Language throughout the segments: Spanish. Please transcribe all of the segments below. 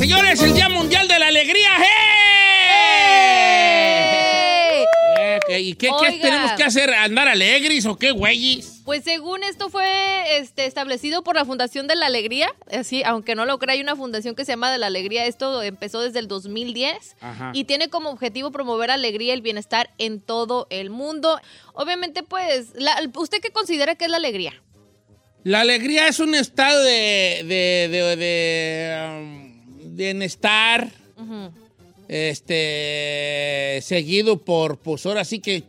Señores, el Día Mundial de la Alegría. ¡eh! ¡Hey! Eh, ¿qué- ¿Y qué, qué Oiga. tenemos que hacer? ¿Andar alegres o qué, güeyes? Pues según esto fue este, establecido por la Fundación de la Alegría, así, aunque no lo crea, hay una fundación que se llama de la Alegría, esto empezó desde el 2010 Ajá. y tiene como objetivo promover alegría y el bienestar en todo el mundo. Obviamente, pues, la- ¿usted qué considera que es la alegría? La alegría es un estado de. de. de. de, um, bienestar. Este. seguido por, pues ahora sí que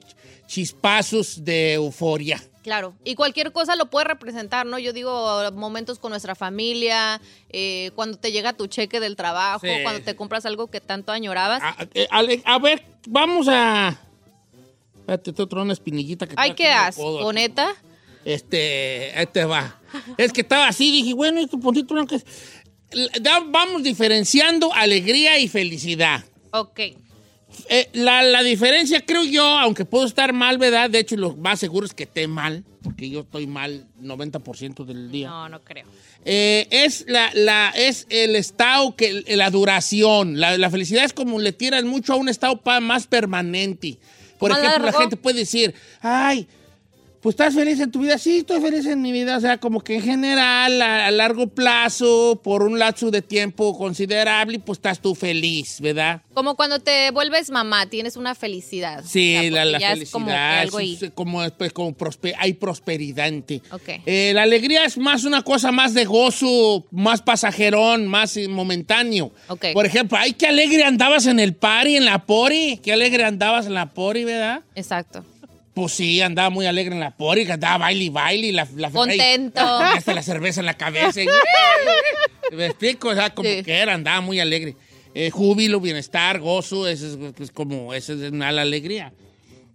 chispazos de euforia. Claro, y cualquier cosa lo puede representar, ¿no? Yo digo momentos con nuestra familia, eh, cuando te llega tu cheque del trabajo, Sí. cuando te compras algo que tanto añorabas. A, eh, ale- a ver, vamos a. Espérate, te otro una espinillita que Ay, tengo qué aquí en el asco, codo. neta. Este, este va. Es que estaba así, dije, bueno, este puntito blanco es- La- da- Vamos diferenciando alegría y felicidad. Ok. Eh, la, la diferencia, creo yo, aunque puedo estar mal, ¿verdad? De hecho, lo más seguro es que esté mal, porque yo estoy mal 90% del día. No, no creo. Eh, es, la, la- es el estado, que la duración. La, la felicidad es como le tiran mucho a un estado pa- más permanente. Por Más ejemplo, la largo. gente puede decir, ay, pues estás feliz en tu vida. Sí, estoy feliz en mi vida. O sea, como que en general, a, a largo plazo, por un lapso de tiempo considerable, pues estás tú feliz, ¿verdad? Como cuando te vuelves mamá, tienes una felicidad. Sí, O sea, la, porque la ya felicidad. es como que algo sí, ahí. sí, como, pues, como prospe- hay prosperidad en ti. Ok. Eh, la alegría es más una cosa más de gozo, más pasajerón, más eh, momentáneo. Ok. Por ejemplo, ay, qué alegre andabas en el party, en la pori. Qué alegre andabas en la pori, ¿verdad? Exacto. Pues sí, andaba muy alegre en la pori, que andaba baile y baile. Y la, la Contento. y hasta la cerveza en la cabeza. y- ¿Me explico? O sea, como Sí. que era, andaba muy alegre. Eh, júbilo, bienestar, gozo, eso es, pues, es como, esa es una la alegría.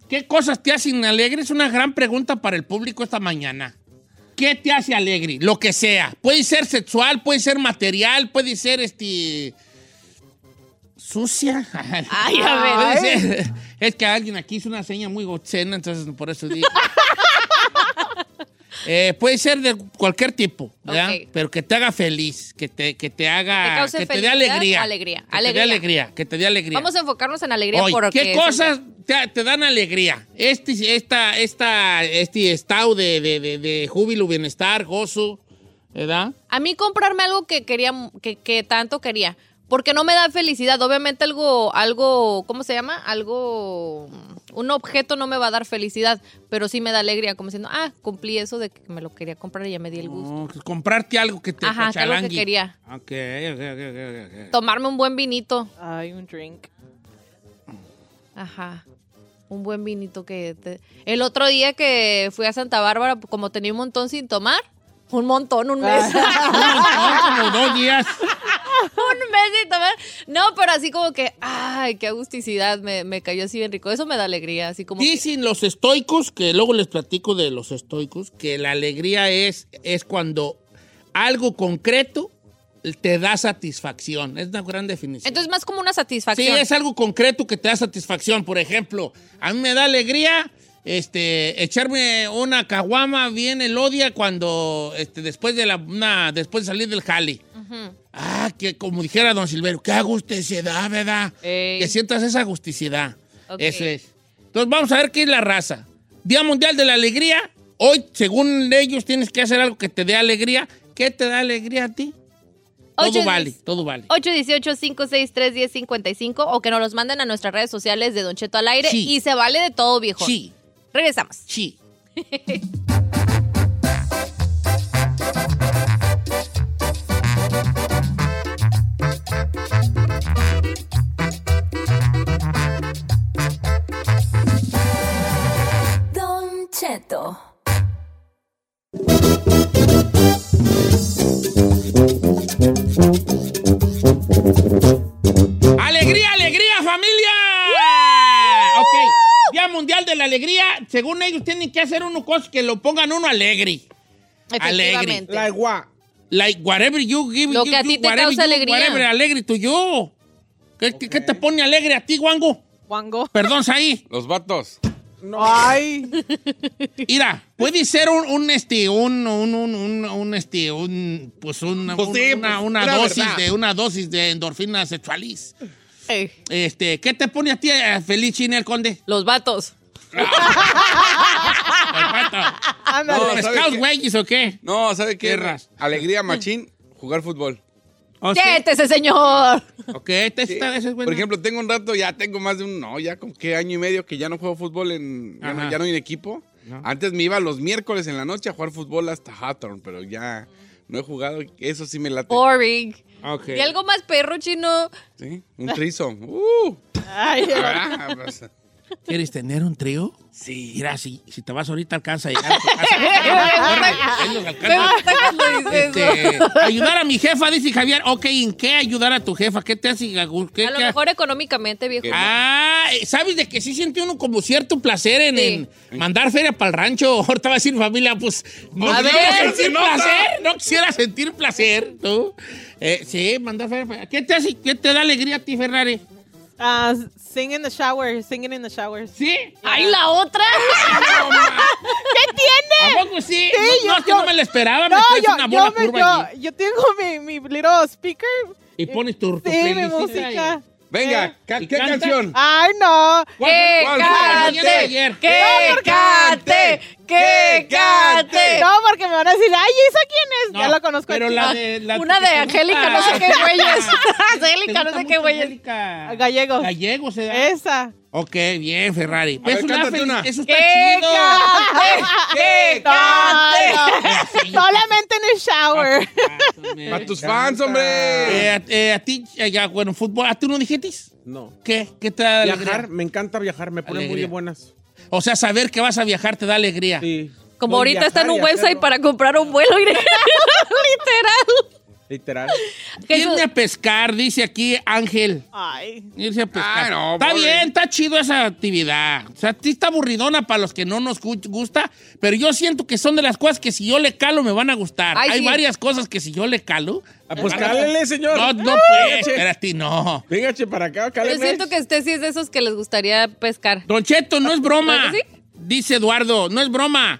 ¿Qué cosas te hacen alegre? Es una gran pregunta para el público esta mañana. ¿Qué te hace alegre? Lo que sea. Puede ser sexual, puede ser material, puede ser este. sucia. Ay, a Puede ver. ser- Es que alguien aquí hizo una seña muy gochena, entonces por eso digo. Eh, puede ser de cualquier tipo, ¿verdad? Ok. Pero que te haga feliz, que te, que te haga. Que cause que te dé felicidad alegría. o alegría. Que Alegría. te dé alegría. Que te dé alegría. Vamos a enfocarnos en alegría Oye, porque ¿Qué es el- cosas te, te dan alegría? Este, esta, esta, este estado de, de- de- de júbilo, bienestar, gozo, ¿verdad? A mí comprarme algo que quería, que, que tanto quería. Porque no me da felicidad. Obviamente algo, algo, ¿cómo se llama? Algo, un objeto no me va a dar felicidad, pero sí me da alegría, como diciendo, ah, cumplí eso de que me lo quería comprar y ya me di el gusto. No, comprarte algo que te Ajá, que algo que pachalangui. quería. Ok, ok, ok, ok, ok. Tomarme un buen vinito. Ay, un drink. Ajá. Un buen vinito que... te- El otro día que fui a Santa Bárbara, como tenía un montón sin tomar, un montón, un mes. Ah. Son como dos días. un mes sin tomar. No, pero así como que, ay, qué agusticidad, me, me cayó así bien rico. Eso me da alegría, así como... que- Dicen los estoicos, que luego les platico de los estoicos, que la alegría es, es cuando algo concreto te da satisfacción. Es una gran definición. Entonces más como una Sí, satisfacción. es algo concreto que te da satisfacción. Por ejemplo, a mí me da alegría este, echarme una caguama bien elodia cuando este, después, de la, una- después de salir del jale. Ah, que como dijera don Silverio, qué agusticidad, ¿verdad? Ey. Que sientas esa agusticidad. Ok. Eso es. Entonces vamos a ver qué es la raza. Día Mundial de la Alegría. Hoy, según ellos, tienes que hacer algo que te dé alegría. ¿Qué te da alegría a ti? Ocho, Todo diez- vale, todo vale. 818-563-1055 o que nos los manden a nuestras redes sociales de Don Cheto al aire Sí. y se vale de todo, viejo. Sí, Regresamos. sí. alegría, según ellos, tienen que hacer uno cosas que lo pongan uno alegre. Efectivamente. La igual. Like, whatever you give, Lo you- que a you- ti te whatever causa you- alegría. whatever alegre tú yo. ¿Qué, qué- qué te pone alegre a ti, Wango? Wango. Perdón, ahí. Los vatos. Ay. Mira, puede ser un, un, este, un, un, un, un, un, este, un, pues una, Pues un- sí, una, pues, una era dosis verdad. de, una dosis de endorfina sexualis. Ey, Este, ¿qué te pone a ti eh, feliz, Chine, el conde? los vatos. ¿Los Ándale. No, ¿sabe pescados, qué? güeyes o qué? No, ¿sabe qué? Tierras. Alegría, machín, jugar fútbol. ¿O Oh, sí? ¡Siéntese, señor! Ok, este esta esta- esa es buena. Por ejemplo, tengo un rato, ya tengo más de un, no, ya con qué año y medio que ya no juego fútbol en, ya Ajá. no, ya no hay equipo. Antes me iba los miércoles en la noche a jugar fútbol hasta Hawthorne, pero ya no he jugado, eso sí me late. Boring. Ok. Y algo más perro chino. ¿Sí? Un trisom. ¡Uh! Ay, Ah, pues, ¿Quieres tener un trío? Sí. Mira, si, si te vas ahorita alcanza a llegar a tu casa. Ahí los Me alcanza. gusta cuando dices eso. Este, ayudar a mi jefa, dice Javier. Ok, ¿en qué ayudar a tu jefa? ¿Qué te hace? ¿Qué- A lo qué- mejor económicamente, viejo. Ah, eh, ¿sabes de que sí siente uno como cierto placer en, Sí. en mandar feria para el rancho? Ahorita va a decir familia, pues. no A quisiera ver, sentir placer, no quisiera sentir placer, ¿tú? Eh, sí, mandar feria. para- ¿Qué te hace? ¿Qué te da alegría a ti, Ferrari? ah, sing in the shower, singing in the shower. ¿Sí? ¡Ay, la otra! ¿Qué tiene? ¿A poco sí? Sí, no, yo- es que no me la esperaba, No, me traes yo, una bola yo, me- curva yo- allí. yo tengo mi, mi little speaker. Y pones tu, tu Sí, mi playlist. música. Venga, ca- ¿Y ¿qué cantas? canción? Ay, no. ¡Que cuál fue la mañana de cante! ayer? ¡Que cante! ¡Que cante! No, porque me van a decir, ay, ¿y ¿esa quién es? ya la conozco. a pero ti. la de, la Una de ¿te gusta? Angélica, no sé qué güeyes. ¿Te Angélica, no gusta sé qué mucho güeyes. Angélica? Gallegos. Gallego se da. Ah, Esa. Ok, bien, Ferrari. ver, Es una cántate feliz- una. Eso está ¡Que chido. cante! ¡Que Ay, cante! no. Solamente en el shower. Para tus fans, hombre. Eh, a- eh, a ti, eh, ya, bueno, fútbol. ¿A ti no dijiste? No. ¿Qué? ¿Qué te da alegría? Viajar, me encanta viajar, me pone muy Alegría. de buenas. O sea, saber que vas a viajar te da alegría. Sí. Como No, ahorita viajar está en un y website hacerlo. para comprar un vuelo. Literal. Literal. Irme a pescar, dice aquí Ángel. Ay. Irse a pescar. Ah, no, está pobre. bien, está chido esa actividad. O sea, sí está aburridona para los que no nos gu- gusta, pero yo siento que son de las cosas que si yo le calo me van a gustar. Ay, Hay sí. varias cosas que si yo le calo. Ah, me pues van a- cálele, señor. No, no, Ah, pues, che. espérate, no. Venga, che, para acá, cálele. Yo siento que usted sí es de esos que les gustaría pescar. Don Cheto, no es broma. ¿Sí? Dice Eduardo, no es broma.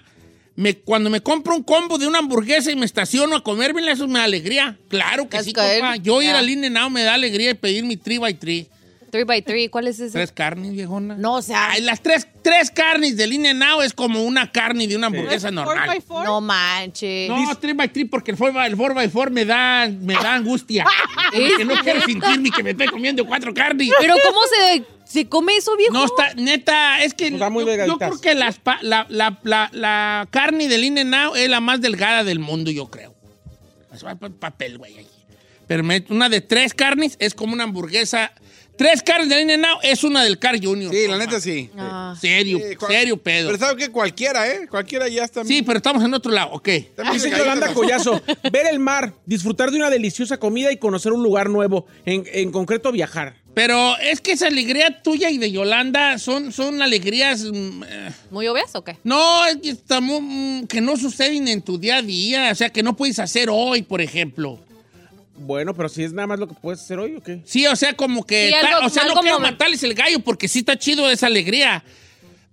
Me- cuando me compro un combo de una hamburguesa y me estaciono a comérmela, eso me da alegría. Claro que That's sí, good. compa. Yo ir Yeah. al INE me da alegría y pedir mi tri by tri. 3 by 3 ¿cuál es ese? Tres carnes, viejona. No, o sea, Ay, las tres, tres carnes de línea now es como una carne de una hamburguesa normal. no manches. No, 3 by 3 porque el 4 by 4 by 4 me da, me da angustia. que no quiero sentirme que me estoy comiendo cuatro carnes. Pero ¿cómo se, se come eso, viejo? No está, neta, es que Está muy yo, yo delgaditas. creo que las pa- la, la, la, la carne del in now es la más delgada del mundo, yo creo. Eso va pa- papel, güey, ahí. Pero me- una de tres carnes es como una hamburguesa. Tres carnes del in now es una del Car Junior. Sí, la compa. neta sí. Ah. Serio, Sí, cual- serio, pedo. Pero ¿sabes que Cualquiera, ¿eh? Cualquiera ya está. Sí, pero estamos en otro lado, ok. está muy Dice delgadita. Yolanda Collazo, ver el mar, disfrutar de una deliciosa comida y conocer un lugar nuevo, en, en concreto viajar. Pero es que esa alegría tuya y de Yolanda son, son alegrías. mm, eh, ¿Muy obeso o qué? No, es que, está mu- mm, que no suceden en tu día a día. O sea, que no puedes hacer hoy, por ejemplo. Bueno, pero si es nada más lo que puedes hacer hoy, ¿o qué? Sí, o sea, como que. Sí, ta- algo- o sea, no algo quiero momen- matarles el gallo porque sí está chido esa alegría.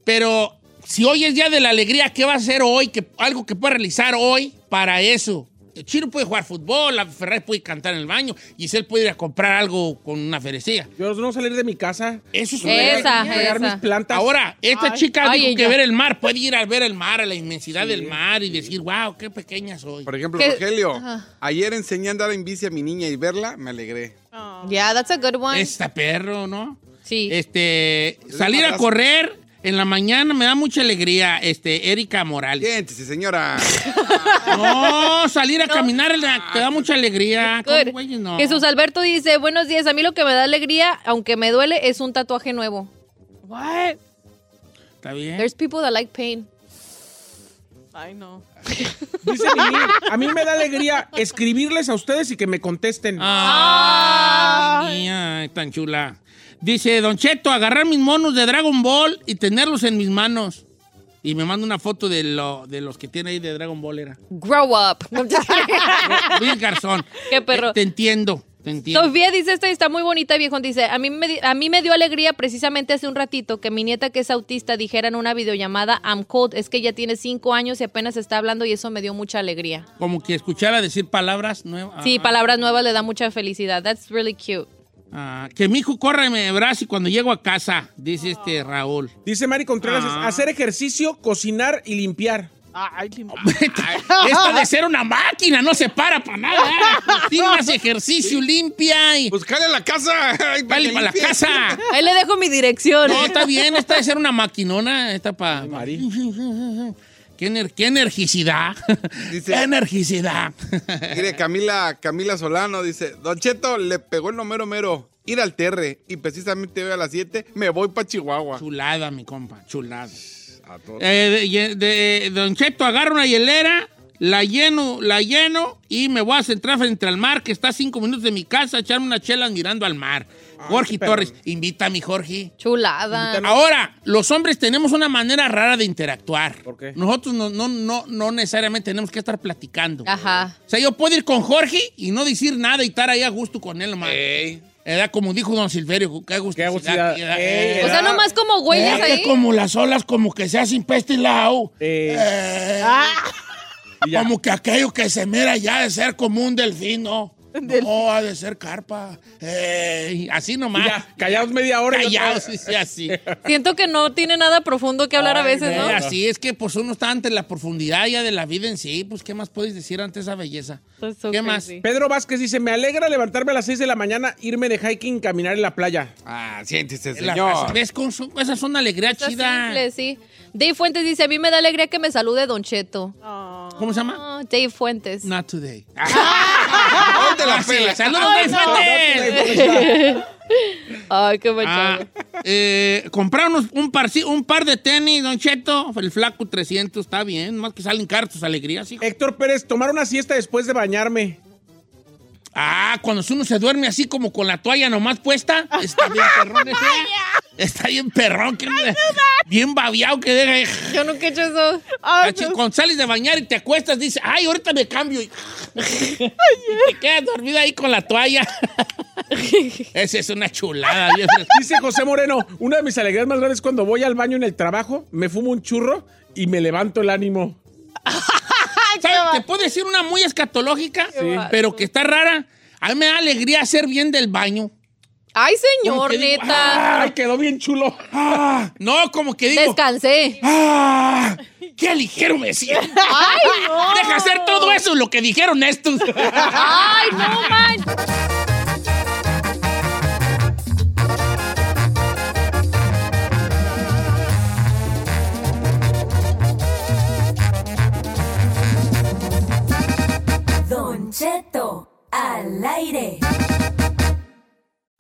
Pero si hoy es día de la alegría, ¿qué va a hacer hoy? Que, algo que pueda realizar hoy para eso. El chino puede jugar fútbol, la Ferrari puede cantar en el baño, Giselle puede ir a comprar algo con una ferecilla. Yo no salir de mi casa, Eso es una Esa, regar mis esa. plantas. Ahora, esta chica Ay, dijo ella. que ver el mar, puede ir a ver el mar, a la inmensidad del mar y decir, wow, qué pequeña soy. Por ejemplo, ¿Qué? Rogelio, Ajá. ayer enseñé a andar en bici a mi niña y verla, me alegré. Yeah, that's a good one. Esta perro, ¿no? Sí. Este, Es salir a madrazo. correr en la mañana me da mucha alegría, este, Erika Morales. Siéntese, señora. No, salir a caminar la- te da mucha alegría. ¿Cómo, Good. güey? No. Jesús Alberto dice, buenos días, a mí lo que me da alegría, aunque me duele, es un tatuaje nuevo. What? Está bien. There's people that like pain. Ay, no. Dice Mimi, a mí me da alegría Ah. escribirles a ustedes y que me contesten. Ay, niña, ay, Ah, tan chula. Dice, Don Cheto, agarrar mis monos de Dragon Ball y tenerlos en mis manos. Y me manda una foto de, lo, de los que tiene ahí de Dragon Ball, era. Grow up. No, just kidding. Luis Garzón. Qué perro. Eh, te entiendo, te entiendo. Sofía dice esta y está muy bonita, viejo. Dice, a mí, me, di- a mí me dio alegría precisamente hace un ratito que mi nieta que es autista dijera en una videollamada, I'm cold, es que ella tiene cinco años y apenas está hablando y eso me dio mucha alegría. Como que escuchara decir palabras nuevas. Sí, Ah, palabras nuevas le da mucha felicidad. That's really cute. ah, que mi hijo corra y me abrace cuando llego a casa, dice este Raúl. Dice Mari Contreras, Ah. es hacer ejercicio, cocinar y limpiar. Ay, limpa. Esto de ser una máquina no se para para nada. Sí, hace ejercicio, limpia y Buscarle a la casa. vale Ay, Pues, que para la limpie. casa. Ahí le dejo mi dirección. No, está bien, esta de ser una maquinona, esta para... Mari. ¿Qué, ener- qué energicidad? Dice- ¿Qué energicidad? Mire, Camila, Camila Solano dice, Don Cheto, le pegó el número mero, ir al TR y precisamente hoy a las 7 me voy para Chihuahua. chulada, mi compa, chulada. A todos. Eh, de, de- de- don Cheto, agarro una hielera, la lleno, la lleno y me voy a centrar frente al mar, que está a cinco minutos de mi casa, a echarme una chela mirando al mar. Jorge Ah, perro. Torres, invita a mi Jorge. Chulada. Ahora, los hombres tenemos una manera rara de interactuar. ¿Por qué? Nosotros no, no, no, no necesariamente tenemos que estar platicando. Ajá. O sea, yo puedo ir con Jorge y no decir nada y estar ahí a gusto con él, nomás. Era como dijo don Silverio, qué gusto. Eh. Qué agusticidad. Ey, O sea, nomás como güeyes Mira que ahí. como las olas, como que se hacen peste y lao. Eh, Eh, Ah. y ya. Como que aquello que se mira ya de ser como un delfín, ¿no? No, ha de ser carpa. Ey, así Y nomás. ya, callados media hora. y otra- Callados, sí, sí, así. Siento que no tiene nada profundo que hablar a veces, Eh, ¿no? Así es que pues uno está ante la profundidad ya de la vida en sí. Pues, ¿qué más puedes decir ante esa belleza? That's so ¿Qué más? crazy. Pedro Vázquez dice, me alegra levantarme a las 6 de la mañana, irme de hiking, caminar en la playa. Ah, siéntese, La- señor. ¿Ves? Con su- esas son alegrías Está chidas. simple, sí. Dave Fuentes dice, a mí me da alegría que me salude Don Cheto. ¿Cómo se llama? Ah, Dave Fuentes. Not today. Ah, Hoy te la Ah, sí. pela. ¡Saludos, Dave Fuentes! pues, Ay, qué machado. Ah, eh, comprar unos- un, par, sí, un par de tenis, Don Cheto. El Flaco 300, está bien. Más que salen caras tus alegrías, hijo. Héctor Pérez, tomar una siesta después de bañarme. Ah, cuando uno se duerme así como con la toalla nomás puesta, está bien perrón. ese. Está bien perrón. que- bien babiado que deja. Yo nunca he hecho eso. Ay, Cachi- no. Cuando sales de bañar y te acuestas, dices, ay, ahorita me cambio. Y, te quedas dormida ahí con la toalla. Esa es una chulada. Dios mío. Dice José Moreno, una de mis alegrías más grandes es cuando voy al baño en el trabajo, me fumo un churro y me levanto el ánimo. ¿Sabes? Te puedo decir una muy escatológica, pero que está rara. A mí me da alegría hacer bien del baño. Ay, señor, que digo, neta. ¡Ay, quedó bien chulo! Ah, no, como que digo, Descansé. ah, qué ligero me siento. Deja hacer todo eso, lo que dijeron estos. Ay, no, man. Don Cheto, al aire.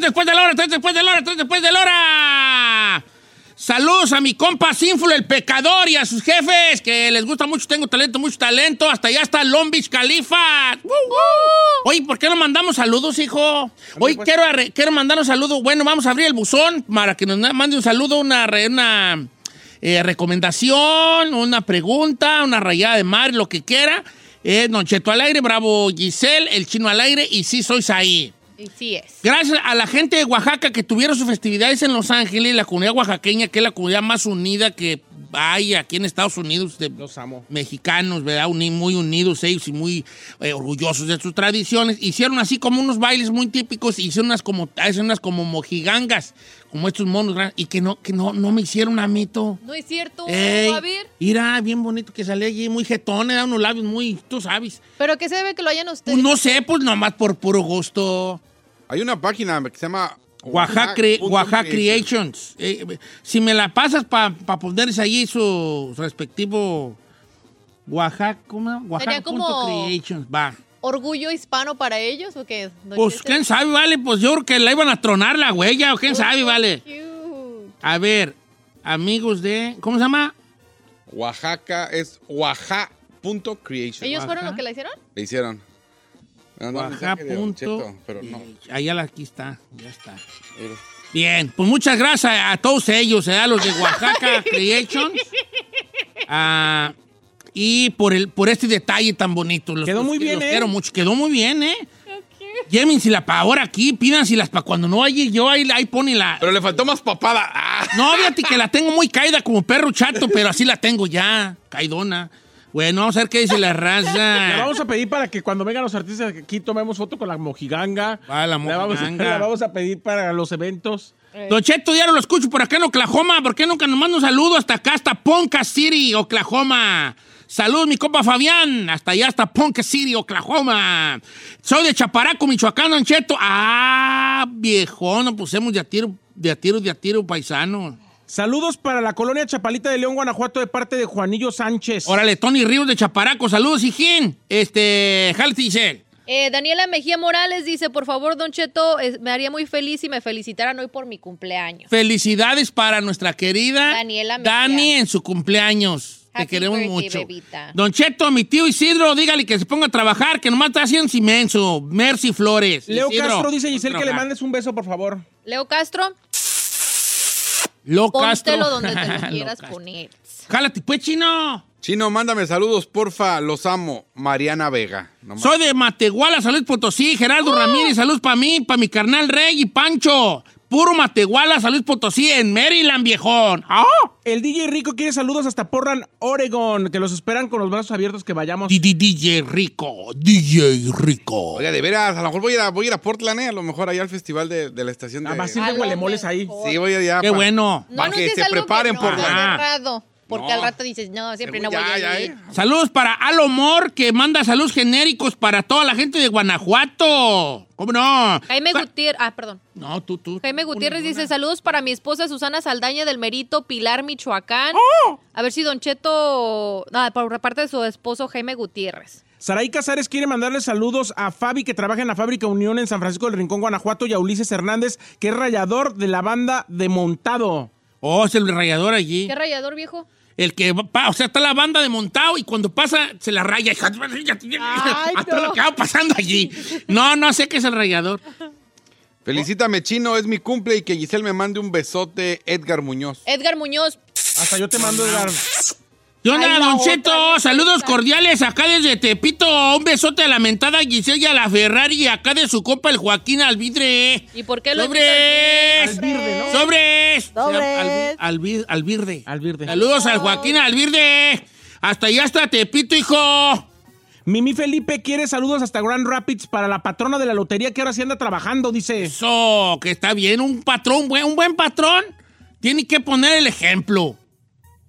después de la hora, tres después de la hora, tres después de la hora. Saludos a mi compa Sinflo, el pecador, y a sus jefes, que les gusta mucho, tengo talento, mucho talento. Hasta allá está Long Beach Califa. ¡Uh! Oye, ¿por qué no mandamos saludos, hijo? Hoy quiero, arre- quiero mandar un saludo. Bueno, vamos a abrir el buzón para que nos na- mande un saludo, una, re- una eh, recomendación, una pregunta, una rayada de mar, lo que quiera. Eh, Don Cheto al aire, bravo Giselle, el chino al aire, y sí sois ahí. Y sí es. Gracias a la gente de Oaxaca que tuvieron sus festividades en Los Ángeles, la comunidad oaxaqueña, que es la comunidad más unida que hay aquí en Estados Unidos, de Los amo. mexicanos, ¿verdad? Uni- muy unidos ellos y muy eh, orgullosos de sus tradiciones. Hicieron así como unos bailes muy típicos, hicieron unas como, hacen unas como mojigangas, como estos monos, ¿verdad? y que no, que no, no me hicieron a mito. No es cierto, Ey, Javier. mira, bien bonito que sale allí, muy jetón, era unos labios muy, tú sabes. ¿Pero qué se debe que lo hayan ustedes? Pues no sé, pues nomás por puro gusto. Hay una página que se llama Oaxaca, Cre- punto Oaxaca creation. Creations. Eh, eh, si me la pasas para ponerse allí su respectivo Oaxaca, ¿cómo? se llama? Oaxaca Sería como- Pues punto Creations, va. ¿Orgullo hispano para ellos o qué? Don Pues Chente. quién sabe, vale, pues yo creo que la iban a tronar la huella, o Pues quién sabe, vale. Cute. A ver, amigos de, ¿cómo se llama? Oaxaca es oaxaca.creation. ¿Ellos fueron Ajá. los que la hicieron? Le hicieron. Me mandó un Oaxaca mensaje de Don Cheto, Pero no. Allá aquí está, ya está. Bien, pues muchas gracias a todos ellos, eh, a los de Oaxaca Creations. Ah, y por, el, por este detalle tan bonito. Los, Quedó los- muy bien, los ¿eh? quiero mucho. Quedó muy bien, ¿eh? Llévenselas para ahora aquí, pídanselas para cuando no vaya yo, ahí, ahí pone la... Pero le faltó más papada. ¡Ah! No, fíjate que la tengo muy caída como perro chato, pero así la tengo ya, caidona. Bueno, vamos a ver qué dice la La raza. vamos a pedir para que cuando vengan los artistas aquí tomemos foto con la mojiganga. Va, la vamos a- mojiganga. la vamos a pedir para los eventos. Don Cheto, ya no lo escucho por acá en Oklahoma. ¿Por qué nunca nos manda un saludo hasta acá, hasta Ponca City, Oklahoma? Salud, mi compa Fabián. Hasta allá, hasta Ponca City, Oklahoma. Soy de Chaparaco, Michoacán, Don Cheto. Ah, viejón, nos pusemos de a tiro, de a tiro, de a tiro, paisano. Saludos para la colonia Chapalita de León, Guanajuato, de parte de Juanillo Sánchez. Órale, Tony Ríos de Chaparaco. Saludos, hijín. Este, jálate, Giselle. Eh, Daniela Mejía Morales dice, por favor, Don Cheto, es- me haría muy feliz si me felicitaran hoy por mi cumpleaños. Felicidades para nuestra querida Daniela Mejía. Dani en su cumpleaños. Te Happy queremos birthday, mucho. bebita. Don Cheto, mi tío Isidro, dígale que se ponga a trabajar, que nomás está haciendo inmenso. Mercy Flores. Leo Isidro, Castro dice Giselle ponte a que le trabajar. mandes un beso, por favor. Leo Castro, Leo póntelo Castro. donde te lo Leo quieras Castro. poner. Jálate, pues, chino. Chino, mándame saludos, porfa. Los amo. Mariana Vega. No Soy de Matehuala, salud Potosí. Gerardo ¡Uh! Ramírez, salud para mí, para mi carnal Rey y Pancho. Puro Matehuala, salud Potosí en Maryland, viejón. ¡Ah! El DJ Rico quiere saludos hasta Portland, Oregon, que los esperan con los brazos abiertos que vayamos. Di- di- DJ Rico, DJ Rico. Oiga, de veras, a lo mejor voy a ir a, voy a, ir a Portland, ¿eh? A lo mejor allá al festival de, de la estación de... Además, sí, A sirve lo huelemoles ahí. mejor. voy a ir allá. Qué pa- bueno. No Para nos que dices se algo preparen, que no, por sea favor. cerrado, Porque No. al rato dices, no, siempre no voy Ya, a ya, ir. ¿eh? Saludos para Alomor, que manda saludos genéricos para toda la gente de Guanajuato. ¿Cómo no? Jaime Ca- Gutiérrez, ah, perdón. No, tú, tú. Jaime Gutiérrez dice, saludos para mi esposa Susana Saldaña del Merito, Pilar, Michoacán. ¡Oh! A ver si Don Cheto, nada, por parte de su esposo Jaime Gutiérrez. Saray Casares quiere mandarle saludos a Fabi, que trabaja en la fábrica Unión en San Francisco del Rincón, Guanajuato, y a Ulises Hernández, que es rayador de la banda de Montado. Oh, es el rayador allí. ¿Qué rayador, viejo? El que, va- pa- o sea, está la banda de montado y cuando pasa se la raya. Hasta lo que va pasando allí. No, no sé qué es el rayador. Felicítame, Chino. Es mi cumple y que Giselle me mande un besote. Edgar Muñoz. Edgar Muñoz, Hasta yo te mando Edgar. ¿Qué onda, Ay, la Don otra Cheto? vez Saludos esa. cordiales acá desde Tepito. Un besote a la mentada Giselle y a la Ferrari y acá de su compa el Joaquín Alvidre. ¿y por qué lo ¡Sobres! Alvirde, ¿no? ¡Sobres! Alvi- Sobres. alvi- alvirde. Alvirde. Saludos Oh. al Joaquín Alvirde. Hasta allá hasta Tepito, hijo. Mimi Felipe quiere saludos hasta Grand Rapids para la patrona de la lotería que ahora sí anda trabajando, dice. Eso, que está bien. Un patrón, buen- un buen patrón. Tiene que poner el ejemplo.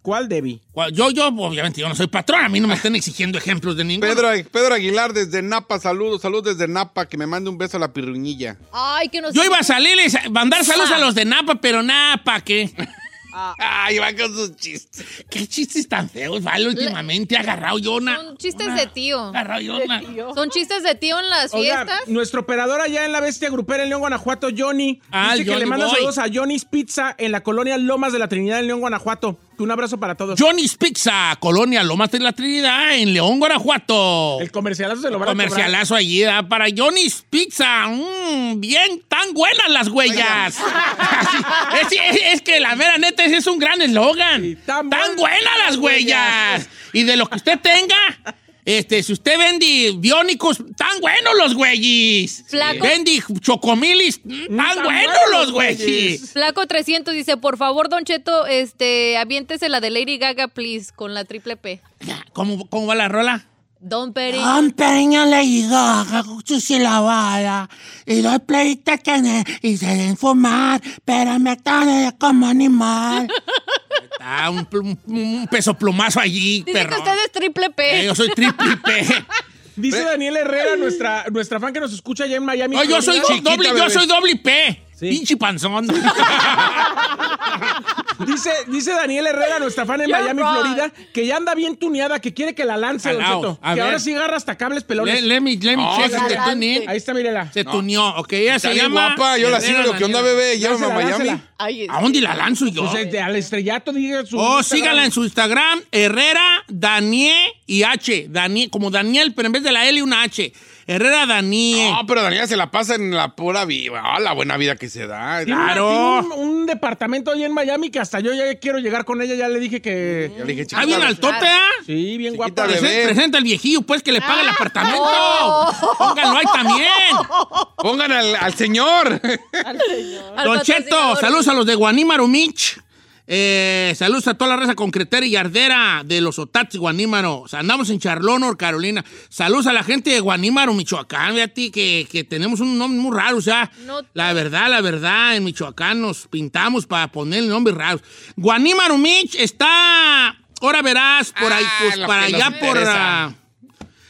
¿Cuál, Debbie? Cual- Yo, yo, obviamente, yo no soy patrón. A mí no me están exigiendo ejemplos de ninguno. Pedro, Pedro Aguilar desde Napa. Saludos, saludos desde Napa. Que me mande un beso a la pirruñilla. Ay, que nos... Ah. Yo iba a salirles, a mandar saludos a los de Napa, pero nada, ¿pa' qué? Ay, va Ah, con sus chistes. ¿Qué chistes tan feos, vale? Últimamente he agarrado yo una. Son chistes una- de tío. Agarrado yo una. Son chistes de tío en las Oiga, fiestas. nuestro operador allá en la bestia grupera en León, Guanajuato, Johnny, Ah, dice que Johnny le manda Boy. saludos a Johnny's Pizza en la colonia Lomas de la Trinidad en León, Guanajuato. Un abrazo para todos. Johnny's Pizza, Colonia Lomas de la Trinidad, en León, Guanajuato. El comercialazo se lo van a cobrar. Comercialazo allí, ¿verdad? para Johnny's Pizza. Mm, bien, tan buenas las huellas. es, es- es que la mera neta, ese es un gran eslogan. Sí, tan buenas, tan buenas las las huellas. Y de lo que usted tenga, este, si usted vende biónicos, tan buenos los güeyes. Flacos. Vendi chocomilis, mm, tan, buenos tan buenos los los güeyes. güeyes. Flaco 300 dice, por favor, Don Cheto, este, aviéntese la de Lady Gaga, please, con la triple P. Ya, ¿Cómo, ¿Cómo va la rola? Don Peri. Ah, Campeña Lady Gaga con su silabada y dos playitas que ne- y se den fumar, pero me tarde como animal. Está un, pl- un peso plumazo allí, Dice que perro. usted es triple P. Eh, yo soy triple P. Dice Daniel Herrera, nuestra, nuestra fan que nos escucha allá en Miami. No, yo soy Florida. Chiquita, doble, yo bebé. soy doble P. Sí. Pinche panzón. Dice, dice Daniel Herrera, nuestra fan en You're Miami, wrong. Florida, que ya anda bien tuneada, que quiere que la lance, Don Alao, Cheto. a Que ver. ahora sí agarra hasta cables pelones. let, let me, let me No, check se if they adelante. tune in. Ahí está, mírela. Se tuneó. Ok, ella Está se bien llama. guapa, yo la sigo. Herrera ¿Qué onda, Daniel. bebé? Llévame a Lásela, Miami. lásela. Ay, ¿A dónde la lanzo yo? Pues, este, al estrellato, diga su. Oh, Instagram. sígala en su Instagram, Herrera Daniel y H. Daniel, como Daniel, pero en vez de la L, una H. Herrera Daniel. No, pero Daniela se la pasa en la pura vida. Ah, la buena vida que se da. Tiene una- claro. tiene un, un departamento allá en Miami que hasta yo ya quiero llegar con ella, ya le dije Ya que. le dije, chiquita, Ah, bien al tope, ¿ah? Sí, Chiquita bien guapa. de- Presen- bebé. Presenta al viejillo, pues, que le paga Ah. el apartamento. Pónganlo ahí también. Oh. Pongan al, al señor. Al Don Cheto, patrocinador. saludos a los de Guanímaro Mich. Eh, saludos a toda la raza concretera y ardera de los Otatis Guanímaro. O sea, andamos en Charlón, North Carolina. Saludos a la gente de Guanímaro, Michoacán. Ve a ti que, que tenemos un nombre muy raro. O sea, No- la verdad, la verdad, en Michoacán nos pintamos para ponerle nombres raros. Guanímaro Mich está, ahora verás, por ahí, Ah, pues, lo para que nos allá por... interesa. ah,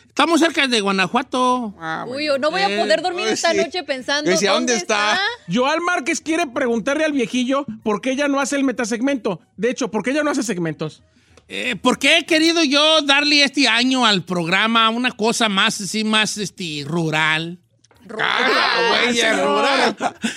estamos cerca de Guanajuato. Ah, Uy, no voy a poder dormir Eh, esta sí. noche pensando. Yo decía, ¿dónde ¿dónde está? está? Joal Márquez quiere preguntarle al viejillo por qué ella no hace el metasegmento. De hecho, ¿por qué ella no hace segmentos? Eh, porque he querido yo darle este año al programa una cosa más así, más este, rural. Ah, güey, es rural.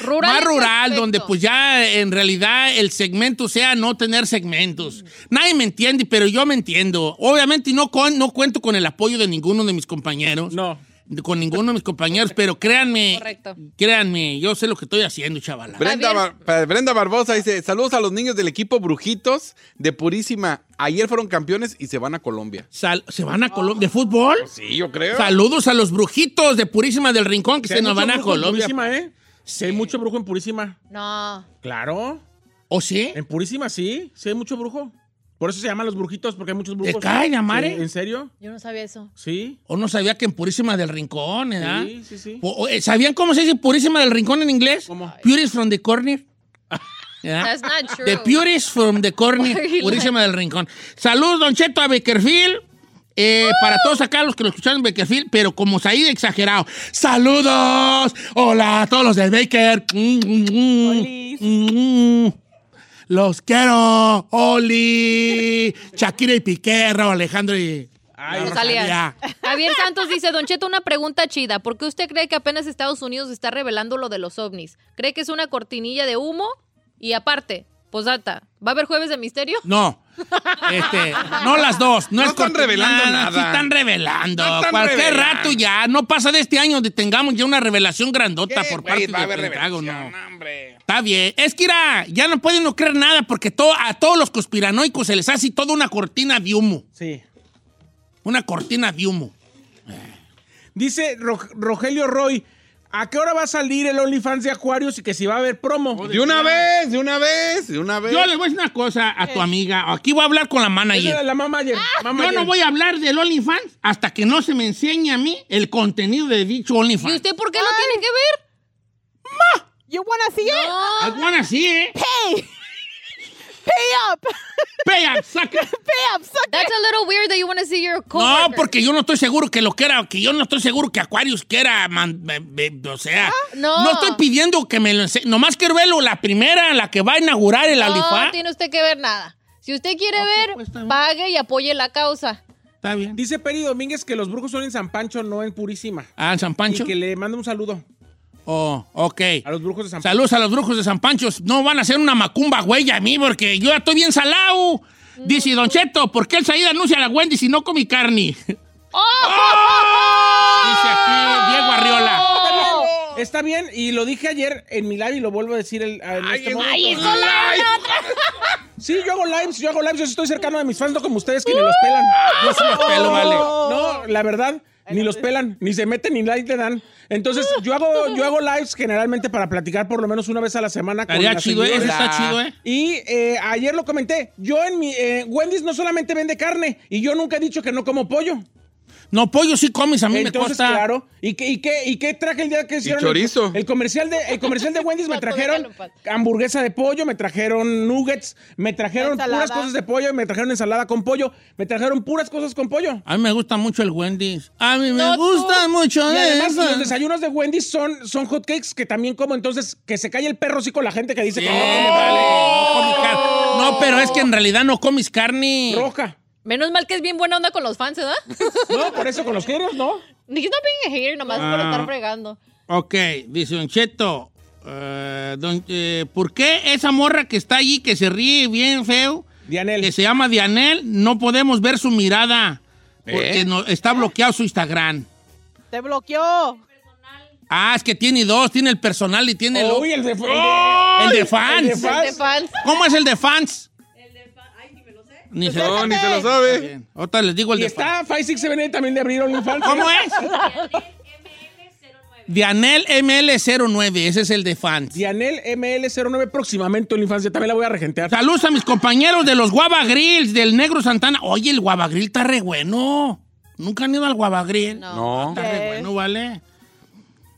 Rural más en qué rural, aspecto? donde pues ya en realidad el segmento sea no tener segmentos. Nadie me entiende, pero yo me entiendo. Obviamente no, con, no cuento con el apoyo de ninguno de mis compañeros. No. Con ninguno de mis compañeros, pero créanme, Correcto. créanme, yo sé lo que estoy haciendo, chaval. Brenda, Bar- pa- Brenda Barbosa dice, saludos a los niños del equipo Brujitos de Purísima. Ayer fueron campeones y se van a Colombia. ¿Se van a Colombia? ¿De fútbol? Sí, yo creo. Saludos a los brujitos de Purísima del Rincón que Si se hay nos mucho van a brujo en Colombia. pues. Purísima, ¿eh? Si hay mucho brujo en Purísima. No. Claro. ¿O sí? En Purísima sí, sí hay mucho brujo. Por eso se llaman los brujitos, porque hay muchos ¿Te brujos. cae, Amare? Sí, ¿En serio? Yo no sabía eso. Sí. O no sabía que en Purísima del Rincón, ¿verdad? Sí, sí, sí. O- o, eh, ¿Sabían cómo se dice Purísima del Rincón en inglés? ¿Cómo? Purist from the corner. ¿Verdad? That's not true. The Purist from the Why are corner. you Purísima del Rincón. Salud, Don Cheto, a Beckerfield. Eh, Para todos acá los que lo escucharon en Beckerfield, pero como Said exagerado. ¡Saludos! ¡Hola a todos los del Baker! Mm, mm, mm. Olis. Mm, mm. ¡Los quiero! ¡Oli! Shakira y Piquerro, Alejandro y... Ay, la Salías. Rosalía. Javier Santos dice, Don Cheto, una pregunta chida. ¿Por qué usted cree que apenas Estados Unidos está revelando lo de los ovnis? ¿Cree que es una cortinilla de humo? Y aparte, posata, ¿va a haber jueves de misterio? No. Este, no las dos. No, No es están corti- revelando no, no, nada. sí están revelando. No están Cualquier revelando. rato ya. No pasa de este año donde tengamos ya una revelación grandota Eh, por güey, parte va a de haber Pentágono. revelación, hombre. Está bien. Es que irá, ya no pueden no creer nada porque todo, a todos los conspiranoicos se les hace toda una cortina de humo. Sí. Una cortina de humo. Dice Ro- Rogelio Roy, ¿a qué hora va a salir el OnlyFans de Acuarios y que si va a haber promo? De una vez, de una vez, de una vez. Yo le voy a decir una cosa a tu amiga. Aquí voy a hablar con la Pues, eh. Esa manager. era la mamá ayer. mamá Ah, Yo ayer. no voy a hablar del OnlyFans hasta que no se me enseñe a mí el contenido de dicho ¿Y OnlyFans. usted por qué lo tiene que ver? Oh, You wanna see it? Alguna sí, ¿eh? Pay up. Pea, saca. Pay up, sucker. That's a little weird that you want to see your coworker. No, porque yo no estoy seguro que lo que era, que yo no estoy seguro que Aquarius quiera, man- be- be- o sea, Ah, No. estoy pidiendo que me lo enseñe, nomás quiero verlo, la primera, la que va a inaugurar el No Alifá. tiene usted que ver nada. Si usted quiere Ah, Ok, ver, pues, está bien. pague y apoye la causa. Está bien. Dice Peri Domínguez que los brujos son en San Pancho, no en Purísima. Ah, en San Pancho. Y que le manda un saludo Oh, ok. a los brujos de San Pancho. Saludos a los brujos de San Pancho. No van a hacer una macumba güey a mí porque yo ya estoy bien salado. Dice Don Cheto, ¿por qué el Said anuncia a la Wendy si no mi carne? ¡Oh! Dice aquí Diego Arriola. Está bien, y lo dije ayer en mi live y lo vuelvo a decir el, en este momento. Sí, yo hago lives, yo hago lives, yo estoy cercano a mis fans, no como ustedes que ni los pelan. Yo sí los pelo, vale. Uh. No, la verdad, ni los pelan, ni se meten, ni like le dan. Entonces, yo hago, yo hago lives generalmente para platicar por lo menos una vez a la semana con Estaría las chido, ¿eh? Eso seguidoras. está chido, ¿eh? Y eh, ayer lo comenté, yo en mi... eh, Wendy's no solamente vende carne, y yo nunca he dicho que no como pollo. No, pollo sí comes, a mí me Entonces, cuesta. claro. ¿Y qué, y, qué, ¿Y qué traje el día que hicieron? el- chorizo. El, comercial de, el comercial de Wendy's me No, pues, trajeron déjalo en paz. hamburguesa de pollo, me trajeron nuggets, me trajeron Ensalada. puras cosas de pollo, me trajeron ensalada con pollo, me trajeron puras cosas con pollo. A mí me gusta mucho el Wendy's. A mí me No, tú. gusta mucho Y además, pues, eso. los desayunos de Wendy's son, son hotcakes que también como, entonces, que se calle el perro sí con la gente que dice Sí, que no come vale, no comes carne. No, pero es que en realidad no comes carne. roja. Menos mal que es bien buena onda con los fans, ¿verdad? No, por eso con los queros, ¿no? He's not being a hater, nomás por Ah. estar fregando. Ok, dice Don Cheto. eh, don- eh, ¿Por qué esa morra que está allí, que se ríe bien feo, Dianel. que se llama Dianel, no podemos ver su mirada? Porque no- está bloqueado su Instagram. Te bloqueó. Ah, es que tiene dos, tiene el personal y tiene el, otro. Uy, el de... el de- el de el de fans. fans. De fans. ¿Cómo es el de fans? El de fans. Ay, ni me lo sé. Ni se No, ni se lo sabe. Bien. Ahorita les digo el Y de está 567 también de abrir fans. OnlyFans. ¿Cómo es? Dianel ML09, ese es el de fans. Dianel ML09 próximamente en la infancia. También la voy a regentear. Saludos a mis compañeros de los Guava Grills, del Negro Santana. Oye, el Guava Grill está re bueno. ¿Nunca han ido al Guava Grill? No. Está re bueno, ¿vale?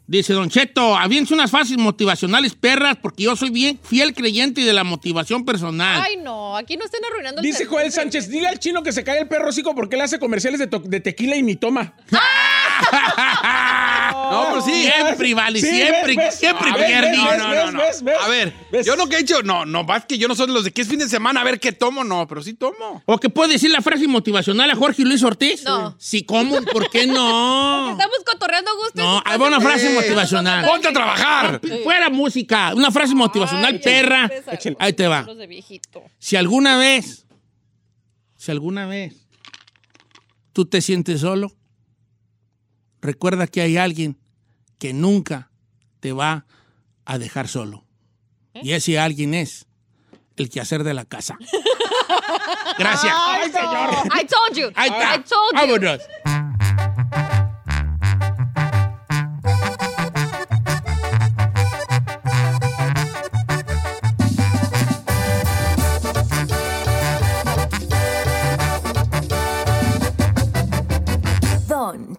Dice Don Cheto, aviense unas fases motivacionales perras porque yo soy bien fiel creyente de la motivación personal. Ay, no, aquí no estén arruinando el Dice servicio. Joel Sánchez, dile al chino que se cae el perro hocico porque él hace comerciales de, to- de tequila y ni toma. No, pero sí. Siempre, vale, Oh, Sí, siempre, ves, ves. siempre A ver, pierde. ves, No, ves, no, ves, no, no. ves, ves. A ver, Ves. yo lo que he dicho, no, no, vas que yo no soy de los de que es fin de semana, a ver qué tomo, no, pero sí tomo. ¿O que puede decir la frase motivacional a Jorge Luis Ortiz? No. Sí, ¿cómo? ¿Por qué no? Estamos cotorreando a gusto. No, hay una frase Sí. motivacional. Ponte a trabajar. Fuera música, una frase motivacional perra. Ahí te va. Los de viejito. Si alguna vez, si alguna vez tú te sientes solo, recuerda que hay alguien que nunca te va a dejar solo. Y ese alguien es el quehacer de la casa. Gracias. Oh, I told you. Ahí I está. Ah, told you. Vámonos. Don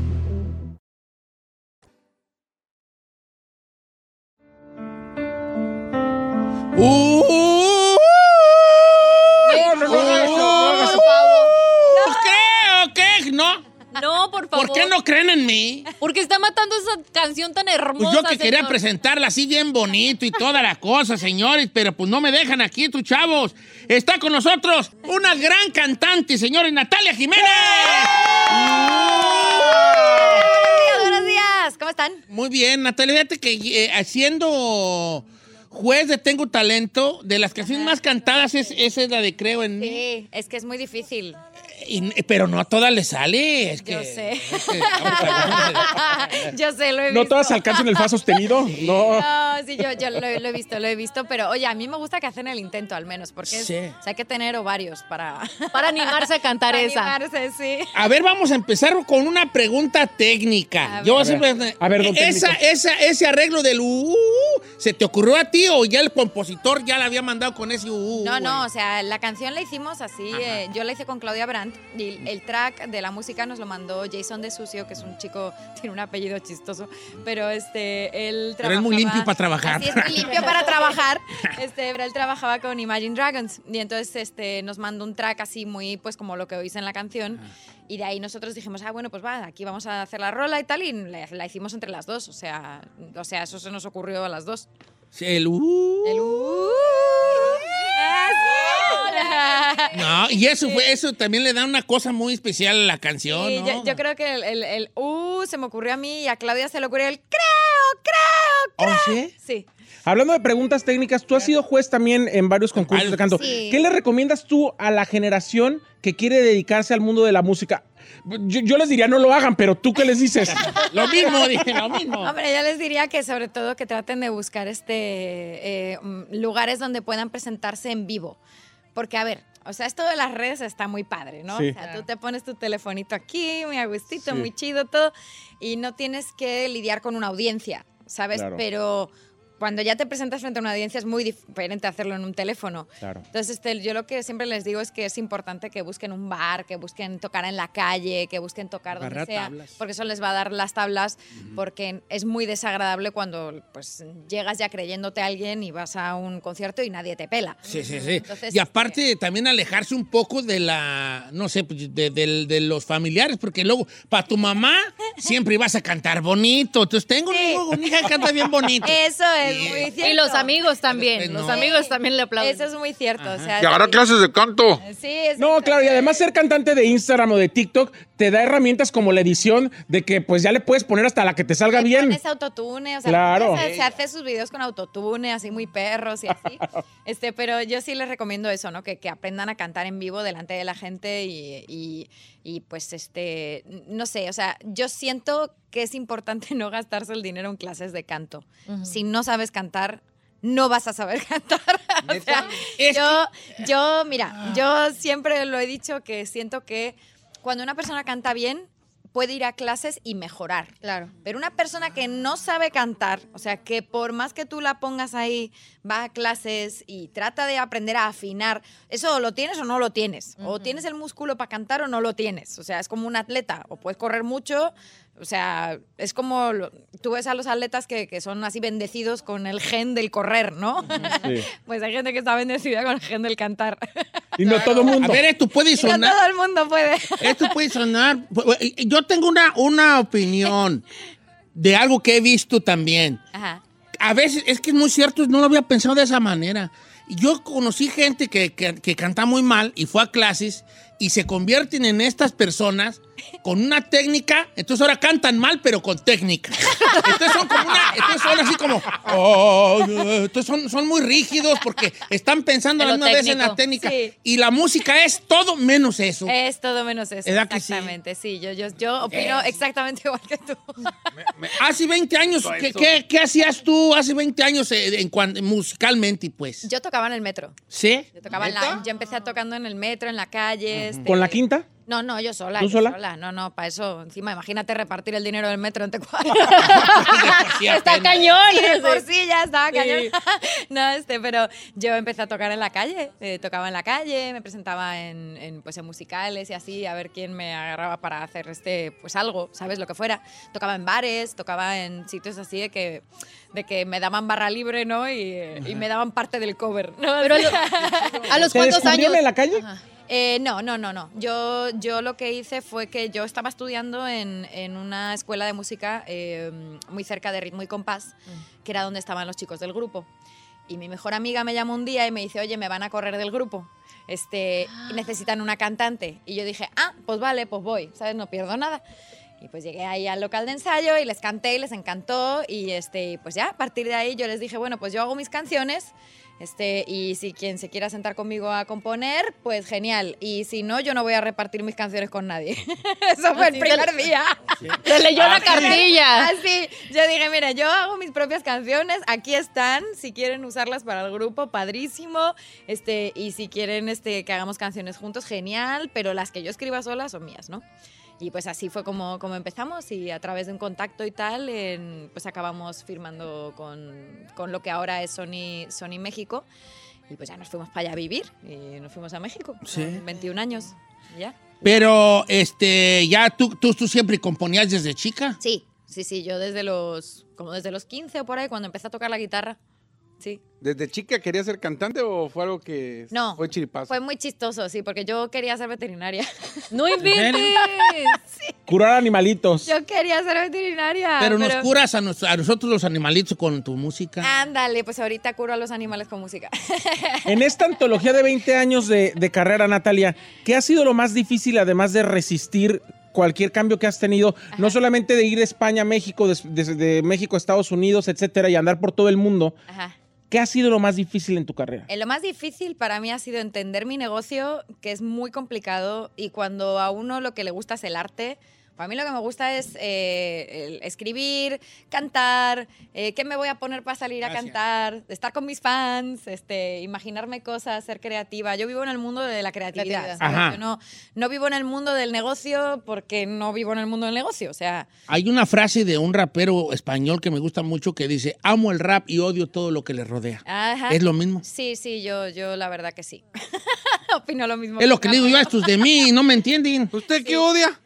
Uh, Por favor. creo que no. No, por favor. ¿Por qué no creen en mí? Porque está matando esa canción tan hermosa. Pues yo que quería señor. presentarla así bien bonito y toda la cosa, señores, pero pues no me dejan aquí, tus chavos. Está con nosotros una gran cantante, señores, Natalia Jiménez. Buenos días, ¿cómo están? Uh. Muy bien, Natalia. Fíjate que eh, haciendo juez de Tengo Talento, de las canciones más cantadas, es, esa es la de Creo en mí. Sí, es que es muy difícil. Y- pero no a todas le sale. Es que, Yo sé. que- yo sé, lo he visto. No todas alcanzan el fa sostenido. No. No, sí, yo, yo lo, he- lo he visto, lo he visto, pero oye, a mí me gusta que hacen el intento al menos, porque es- Sí. o sea, hay que tener ovarios para, Para animarse a cantar para esa. animarse, sí. A ver, vamos a empezar con una pregunta técnica. A Yo ver. siempre- A a ver, don esa, técnico. esa, ese arreglo del uh, uh, uh, ¿se te ocurrió a ti o ya el compositor ya la había mandado con ese uh, uh? No, güey? no, o sea, la canción la hicimos así, eh, yo la hice con Claudia Brandt y el track de la música nos lo mandó Jason de Sucio, que es un chico, tiene un apellido chistoso, pero este, él Pero es muy trabajaba- limpio para trabajar. Así es muy limpio para trabajar. Este, pero él trabajaba con Imagine Dragons y entonces este, nos mandó un track así muy, pues como lo que oís en la canción. Y de ahí nosotros dijimos, ah, bueno, pues va, aquí vamos a hacer la rola y tal, y la, la hicimos entre las dos. O sea, o sea, eso se nos ocurrió a las dos. Sí, el uh, uh. El "Uh, eso". No, y eso fue, eso también le da una cosa muy especial a la canción, Sí, ¿no? yo, yo creo que el, el- el, uh se me ocurrió a mí y a Claudia se le ocurrió el creo, creo, creo. ¿Oh, sí? Sí. Hablando de preguntas técnicas, tú has sido juez también en varios concursos de canto. Sí. ¿Qué le recomiendas tú a la generación que quiere dedicarse al mundo de la música? Yo, yo les diría no lo hagan, pero tú qué les dices. Lo mismo, dije, lo mismo. Hombre, yo les diría que sobre todo que traten de buscar este eh, mm, lugares donde puedan presentarse en vivo. Porque, a ver, o sea, esto de las redes está muy padre, ¿no? Sí. O sea, tú te pones tu telefonito aquí, muy a gustito, Sí. muy chido, todo, y no tienes que lidiar con una audiencia, ¿sabes? Claro. Pero cuando ya te presentas frente a una audiencia es muy diferente hacerlo en un teléfono. Claro. Entonces, este, yo lo que siempre les digo es que es importante que busquen un bar, que busquen tocar en la calle, que busquen tocar donde Agarrar sea, tablas. porque eso les va a dar las tablas, porque es muy desagradable cuando pues llegas ya creyéndote a alguien y vas a un concierto y nadie te pela. Sí, sí, sí. Entonces, este, y aparte también alejarse un poco de la, no sé, pues, de, del- de los familiares, porque luego, para tu mamá, siempre ibas a cantar bonito. Entonces, tengo Sí. una, una hija que canta bien bonito. Eso es Sí. muy cierto. Y los amigos también. No. Los amigos también le aplauden. Eso es muy cierto. O sea, Y ahora sí. clases de canto. Sí, es No, claro, y además ser cantante de Instagram o de TikTok te da herramientas como la edición de que pues ya le puedes poner hasta la que te salga Le bien. pones autotune, o sea, Claro. se, se hace sus videos con autotune, así muy perros y así. este, pero yo sí les recomiendo eso, ¿no? Que, que aprendan a cantar en vivo delante de la gente y, y- y, pues este, no sé, o sea, yo siento que es importante no gastarse el dinero en clases de canto. Si no sabes cantar, no vas a saber cantar. O sea, Es yo, yo, mira, yo siempre lo he dicho que siento que cuando una persona canta bien, puede ir a clases y mejorar. Claro. Pero una persona que no sabe cantar, o sea, que por más que tú la pongas ahí, va a clases y trata de aprender a afinar, eso o lo tienes o no lo tienes. O tienes el músculo para cantar o no lo tienes. O sea, es como un atleta. O puedes correr mucho, o sea, es como lo- tú ves a los atletas que, que son así bendecidos con el gen del correr, ¿no? Sí. pues hay gente que está bendecida con el gen del cantar. Y no todo A mundo. ver, esto puede Y no sonar. todo el mundo puede. Esto puede sonar. Yo tengo una, una opinión de algo que he visto también. Ajá. A veces, es que es muy cierto, no lo había pensado de esa manera. Yo conocí gente que, que- que canta muy mal y fue a clases y se convierten en estas personas con una técnica, entonces ahora cantan mal, pero con técnica. Entonces son como una, entonces son así como, "Oh", entonces son, son muy rígidos porque están pensando En lo la misma vez en la técnico. Eh. técnica. Sí. Y la música es todo menos eso. Es todo menos eso. ¿Verdad que sí? Exactamente, sí. Yo, yo, yo opino Eso. exactamente igual que tú. Hace 20 años, Todo ¿qué, eso. qué- qué hacías tú hace 20 años eh, en cuan- musicalmente, pues? Yo tocaba en el metro. ¿Sí? Yo tocaba en la- ¿Neta? yo empecé tocando en el metro, en la calle. este- ¿Con la quinta? No, no, yo sola. ¿Tú yo sola? No, no, para eso. Encima, imagínate repartir el dinero del metro entre cuatro. Sí, Está apenas. cañón. De ese. por sí ya estaba cañón. no, este, pero yo empecé a tocar en la calle. eh, tocaba en la calle, me presentaba en, en, pues, en musicales y así, a ver quién me agarraba para hacer este, pues algo, ¿sabes? Lo que fuera. Tocaba en bares, tocaba en sitios así de que, de que me daban barra libre, ¿no? Y, eh, y me daban parte del cover, ¿no? Pero a lo- a los ¿Te cuantos años. descubrieron en la calle? Eh, no, no, no, no. Yo, yo lo que hice fue que yo estaba estudiando en, en una escuela de música eh, muy cerca de Ritmo y Compás, que era donde estaban los chicos del grupo. Y mi mejor amiga me llamó un día y me dice, oye, me van a correr del grupo. Este, y necesitan una cantante. Y yo dije, ah, pues vale, pues voy, ¿sabes? No pierdo nada. Y pues llegué ahí al local de ensayo y les canté y les encantó. Y este, pues ya, a partir de ahí yo les dije, bueno, pues yo hago mis canciones. Este, y si quien se quiera sentar conmigo a componer, pues genial. Y si no, yo no voy a repartir mis canciones con nadie. Eso fue el primer día. Se leyó la cartilla. Así. Yo dije, mira, yo hago mis propias canciones, aquí están. Si quieren usarlas para el grupo, padrísimo. Este, y si quieren este, que hagamos canciones juntos, genial. Pero las que yo escriba solas son mías, ¿no? Y pues así fue como, como empezamos y a través de un contacto y tal, en- pues acabamos firmando con, con lo que ahora es Sony, Sony México. Y pues ya nos fuimos para allá a vivir y nos fuimos a México. Sí. Con 21 años. y ¿Ya? Pero, este, ya tú, tú, tú siempre componías desde chica. Sí, sí, sí, yo desde los, como desde los 15 o por ahí, cuando empecé a tocar la guitarra. Sí. ¿Desde chica quería ser cantante o fue algo que No, fue chiripazo? Fue muy chistoso, sí, porque yo quería ser veterinaria. ¡No inventes! Curar animalitos. yo quería ser veterinaria. pero nos curas a, nos- a nosotros los animalitos con tu música. Ándale, pues ahorita curo a los animales con música. En esta antología de 20 años de, de carrera, Natalia, ¿qué ha sido lo más difícil, además de resistir cualquier cambio que has tenido, no solamente de ir de España a México, des- desde México a Estados Unidos, etcétera, y andar por todo el mundo? Ajá. ¿Qué ha sido lo más difícil en tu carrera? Eh, Lo más difícil para mí ha sido entender mi negocio, que es muy complicado, y cuando a uno lo que le gusta es el arte, para mí lo que me gusta es eh, el escribir, cantar, eh, qué me voy a poner para salir a Gracias. cantar, estar con mis fans, este, imaginarme cosas, ser creativa. Yo vivo en el mundo de la creatividad. Creatividad. ¿sabes? Ajá. Yo no, no vivo en el mundo del negocio porque no vivo en el mundo del negocio. O sea, Hay una frase de un rapero español que me gusta mucho que dice, amo el rap y odio todo lo que le rodea. ajá. ¿Es lo mismo? Sí, sí, yo, yo la verdad que sí. Opino lo mismo. Es lo que le digo yo a estos de mí, y no me entienden. ¿Usted qué odia?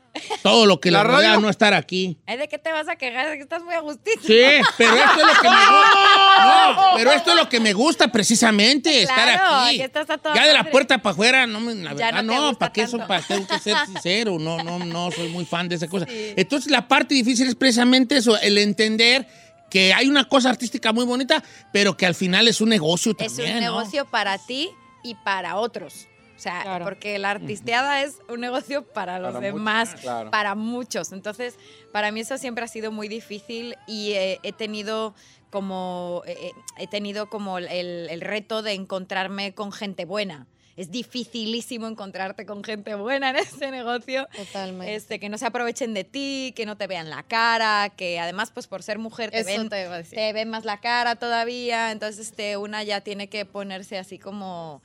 Todo lo que le ¿La radio? rodea no estar aquí. Ay, ¿De qué te vas a quejar? De que estás muy a gustito. Sí, pero esto es lo que me gusta. No, pero esto es lo que me gusta precisamente, Claro, estar aquí. aquí estás a toda ya de la madre. puerta para afuera, no, me- la Ya verdad, no te no, gusta para qué eso, tanto. para tengo que ser sincero, no, no, no, soy muy fan de esa cosa. Entonces, la parte difícil es precisamente eso, el entender que hay una cosa artística muy bonita, pero que al final es un negocio Es también, un ¿no? negocio para ti y para otros. O sea, porque la artisteada es un negocio para los Para muchos, demás, claro. para muchos. Entonces, para mí eso siempre ha sido muy difícil y eh, he tenido como eh, eh, he tenido como el, el reto de encontrarme con gente buena. Es dificilísimo encontrarte con gente buena en este negocio. Totalmente. Este, que no se aprovechen de ti, que no te vean la cara, que además, pues por ser mujer, te Eso ven, te iba a decir. te ven más la cara todavía. Entonces, este, una ya tiene que ponerse así como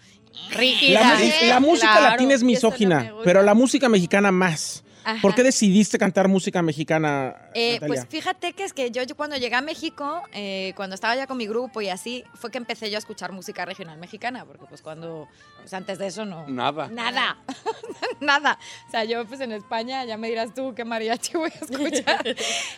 rígida. La, mu- la música ¿eh? Claro, latina es y eso no misógina, me gusta. pero la música mexicana más. Ajá. ¿Por qué decidiste cantar música mexicana, Eh, Natalia? pues fíjate que es que yo, yo cuando llegué a México, eh, cuando estaba ya con mi grupo y así, fue que empecé yo a escuchar música regional mexicana, porque pues cuando, pues antes de eso no. Nada. Nada, nada. O sea, yo pues en España ya me dirás tú qué mariachi voy a escuchar.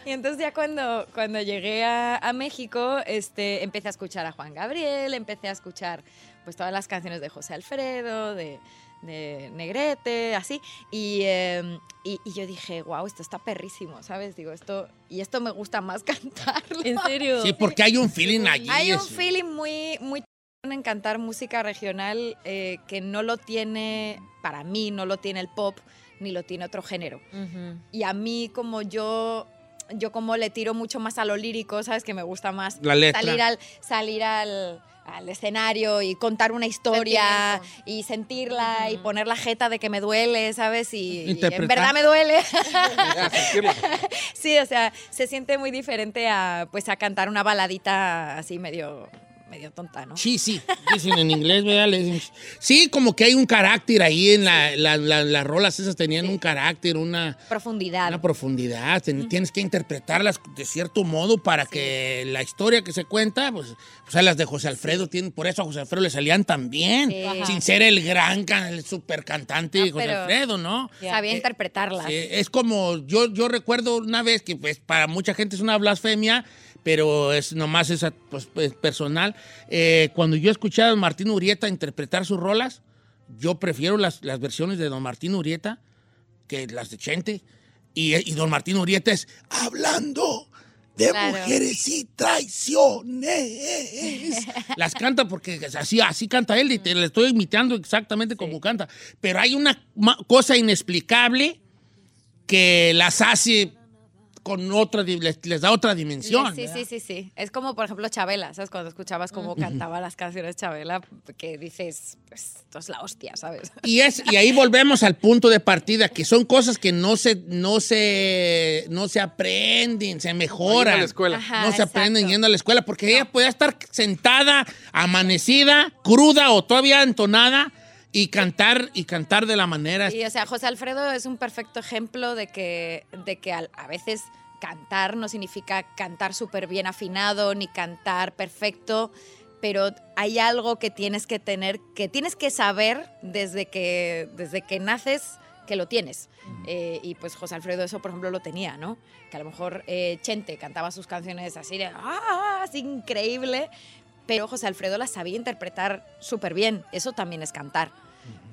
y entonces ya cuando, cuando llegué a, a México, este, empecé a escuchar a Juan Gabriel, empecé a escuchar pues todas las canciones de José Alfredo, de, de Negrete, así. Y, eh, y, y yo dije, wow, esto está perrísimo, ¿sabes? Digo, esto, y esto me gusta más cantarlo. ¿En serio? Sí, porque hay un feeling allí. Hay un es- feeling muy, muy chingón en cantar música regional eh, que no lo tiene, para mí, no lo tiene el pop ni lo tiene otro género. Y a mí, como yo, yo como le tiro mucho más a lo lírico, ¿sabes? Que me gusta más La letra. salir al, salir al, al escenario y contar una historia y sentirla y poner la jeta de que me duele, ¿sabes? Y, y en Interpretar. verdad me duele. sí, o sea, se siente muy diferente a, pues, a cantar una baladita así medio, medio tonta, ¿no? Sí, sí, dicen en inglés, ¿verdad? Le dicen- Sí, como que hay un carácter ahí en la- la- la- las rolas esas tenían un carácter, una, Profundidad. una profundidad. Ten- Tienes que interpretarlas de cierto modo para que la historia que se cuenta, pues, o sea, las de José Alfredo, tienen, por eso a José Alfredo le salían tan bien, Sí. Ajá. sin ser el gran, can- el super cantante No, José pero- Alfredo, ¿no? Sabía interpretarlas. eh, Sí, es como, yo, yo recuerdo una vez que pues para mucha gente es una blasfemia, pero es nomás esa pues, pues, personal. Eh, cuando yo escuché a don Martín Urieta interpretar sus rolas, yo prefiero las, las versiones de don Martín Urieta que las de Chente. Y, eh, y don Martín Urieta es hablando de Claro. mujeres y traiciones. Las canta porque es así, así canta él y te le estoy imitando exactamente como canta. Pero hay una ma- cosa inexplicable que las hace con otra, di- les, les da otra dimensión. Sí, ¿verdad? sí, sí, sí. Es como, por ejemplo, Chabela, ¿sabes? Cuando escuchabas cómo cantaba las canciones Chabela, que dices, pues, esto es la hostia, ¿sabes? Y, es, y ahí volvemos al punto de partida, que son cosas que no se, no se, no se aprenden, se mejoran. Yendo a la escuela. Ajá, no se exacto. aprenden yendo a la escuela, porque ella podía estar sentada, amanecida, cruda o todavía entonada, y cantar, y cantar de la manera. Y, o sea, José Alfredo es un perfecto ejemplo de que, de que al- a veces cantar no significa cantar súper bien afinado ni cantar perfecto, pero hay algo que tienes que tener, que tienes que saber desde que, desde que naces que lo tienes. Eh, y pues José Alfredo eso, por ejemplo, lo tenía, ¿no? Que a lo mejor eh, Chente cantaba sus canciones así de, ¡ah, es increíble! Pero José Alfredo las sabía interpretar súper bien. Eso también es cantar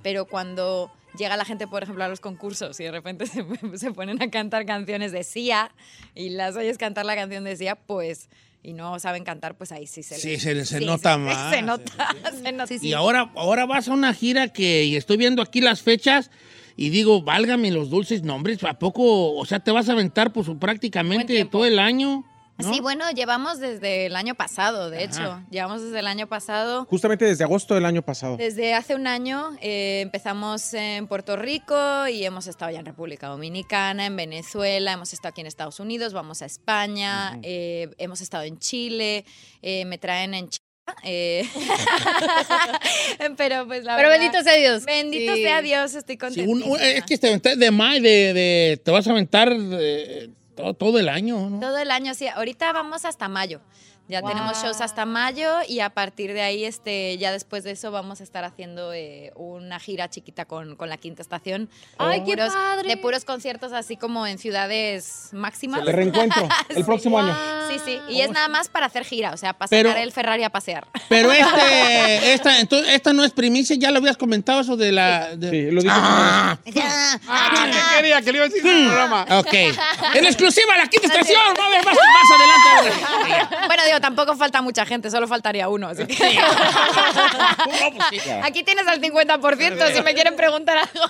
pero cuando llega la gente, por ejemplo, a los concursos y de repente se, se ponen a cantar canciones de Sia y las oyes cantar la canción de Sia, pues, y no saben cantar, pues ahí sí se Sí, les- se les- se nota más, Se nota, se nota. Y ahora, ahora vas a una gira que y estoy viendo aquí las fechas y digo, válgame los dulces nombres, ¿a poco? O sea, te vas a aventar pues, prácticamente todo el año. ¿no? Sí, bueno, llevamos desde el año pasado, de hecho. Llevamos desde el año pasado. Justamente desde agosto del año pasado. Desde hace un año eh, empezamos en Puerto Rico y hemos estado ya en República Dominicana, en Venezuela, hemos estado aquí en Estados Unidos, vamos a España, eh, hemos estado en Chile, eh, me traen en Chile. pero pues la Pero verdad- bendito sea Dios. Bendito Sí. sea Dios, estoy Sí, contenta. un- eh, un- es que te aventas de mayo, de, de- te vas a aventar eh, todo, todo el año, ¿no? Todo el año, sí. Ahorita vamos hasta mayo. Ya Wow. tenemos shows hasta mayo y a partir de ahí, este, ya después de eso, vamos a estar haciendo eh, una gira chiquita con, con la quinta estación. Ay, De qué puros- padre. De puros conciertos así como en ciudades máximas. De reencuentro, el próximo año. Sí, sí. Y es nada más para hacer gira, o sea, para Pero- sacar el Ferrari a pasear. Pero este, esta, entonces, esta no es primicia, ya lo habías comentado eso de la... de- Ah, ¿Qué quería? ¿Qué le iba a decir en el programa? ok. En exclusiva, la quinta estación, va a haber más, más adelante. bueno, digo, tampoco falta mucha gente, solo faltaría uno. así que- pues, Aquí tienes al 50% si me quieren preguntar algo.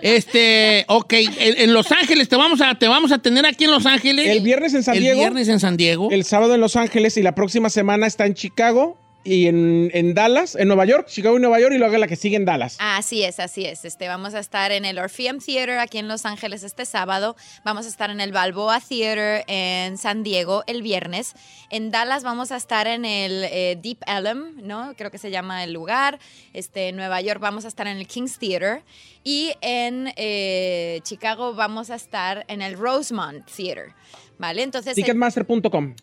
Este, ok, en, en Los Ángeles, te vamos, a, te vamos a tener aquí en Los Ángeles. El viernes en San El Diego. viernes en San Diego. El sábado en Los Ángeles y la próxima semana está en Chicago y en, en Dallas, en Nueva York, Chicago y Nueva York y luego la que sigue en Dallas. Así es, así es. Este, vamos a estar en el Orpheum Theater aquí en Los Ángeles este sábado. Vamos a estar en el Balboa Theater en San Diego el viernes. En Dallas vamos a estar en el eh, Deep Elm, ¿no? Creo que se llama el lugar. Este, en Nueva York vamos a estar en el King's Theater. Y en eh, Chicago vamos a estar en el Rosemont Theater. ¿Vale? Entonces. el- Ticketmaster.com.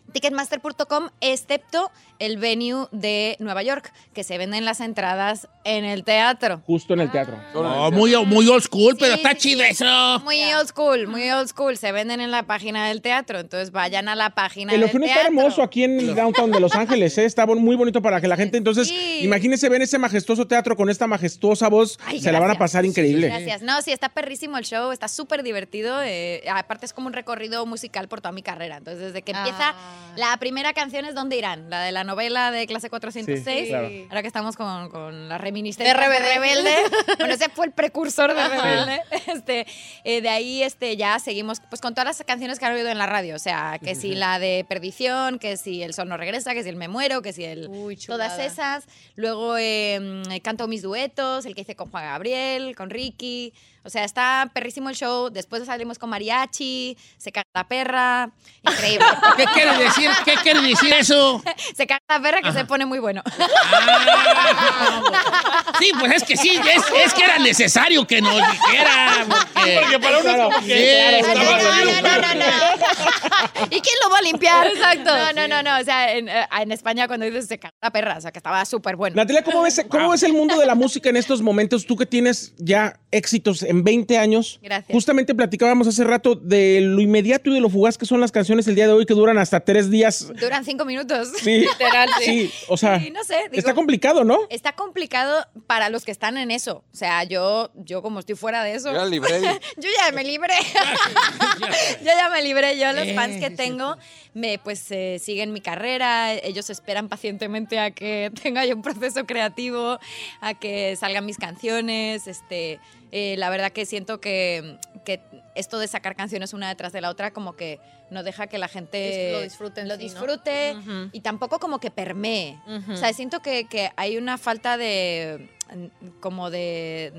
Ticketmaster.com, excepto el venue de Nueva York, que se venden las entradas en el teatro. Justo en el teatro. Oh, muy, muy old school, pero está chido eso. Muy old school, muy old school. Se venden en la página del teatro, entonces vayan a la página El del Orfeón está teatro. hermoso aquí en el downtown de Los Ángeles, ¿eh? está bon- muy bonito para que la gente. Entonces, Sí. imagínense ver ese majestuoso teatro con esta majestuosa voz, Ay, se la van a gracias. pasar increíble. Gracias. No, sí, está perrísimo el show, está súper divertido. eh, aparte es como un recorrido musical por toda mi carrera. Entonces, desde que empieza, la primera canción es ¿Dónde irán? La de la novela de clase 406. Sí, claro. Ahora que estamos con, con la reminiscencia De Rebelde. bueno, ese fue el precursor de Rebelde. Este, eh, de ahí este, ya seguimos pues con todas las canciones que han oído en la radio. O sea, que si la de Perdición, que si El Sol no regresa, que si el Me muero, que si el... todas chulada. esas. Luego eh, mm, canto mis duetos, el que hice con Juan Gabriel, con Ricky. O sea, está perrísimo el show. Después salimos con mariachi, se caga la perra. Increíble. ¿Qué quiere decir, qué quiere decir eso? se caga la perra que se pone muy bueno. Ah, Sí, pues es que sí, es, es que era necesario que nos dijera. Porque, Porque para uno es como que- Sí, Claro, estaba claro, saliendo claro, perro. ¿Y quién lo va a limpiar? Exacto. No, no, no, no. O sea, en, eh, en España cuando dices se caga la perra, o sea, que estaba súper bueno. Natalia, ¿cómo ves, cómo ves el mundo de la música en estos momentos? Tú que tienes ya éxitos en 20 años. Gracias. Justamente platicábamos hace rato de lo inmediato y de lo fugaz que son las canciones el día de hoy que duran hasta tres días. Duran cinco minutos. Sí, Literal, sí. O sea, Sí, no sé, digo- está complicado, ¿no? Está complicado para los que están en eso. O sea, yo, yo como estoy fuera de eso. Ya libré. yo ya me libré. yo ya me libré. Yo, los Sí, fans sí, que sí, tengo, me pues eh, siguen mi carrera. Ellos esperan pacientemente a que tenga yo un proceso creativo, a que salgan mis canciones. Este, eh, la verdad que siento que, que esto de sacar canciones una detrás de la otra como que no deja que la gente Dis- lo disfruten, lo sí, ¿no? disfrute Ujú. y tampoco como que permee. Ujú. O sea, siento que, que hay una falta de mm, como de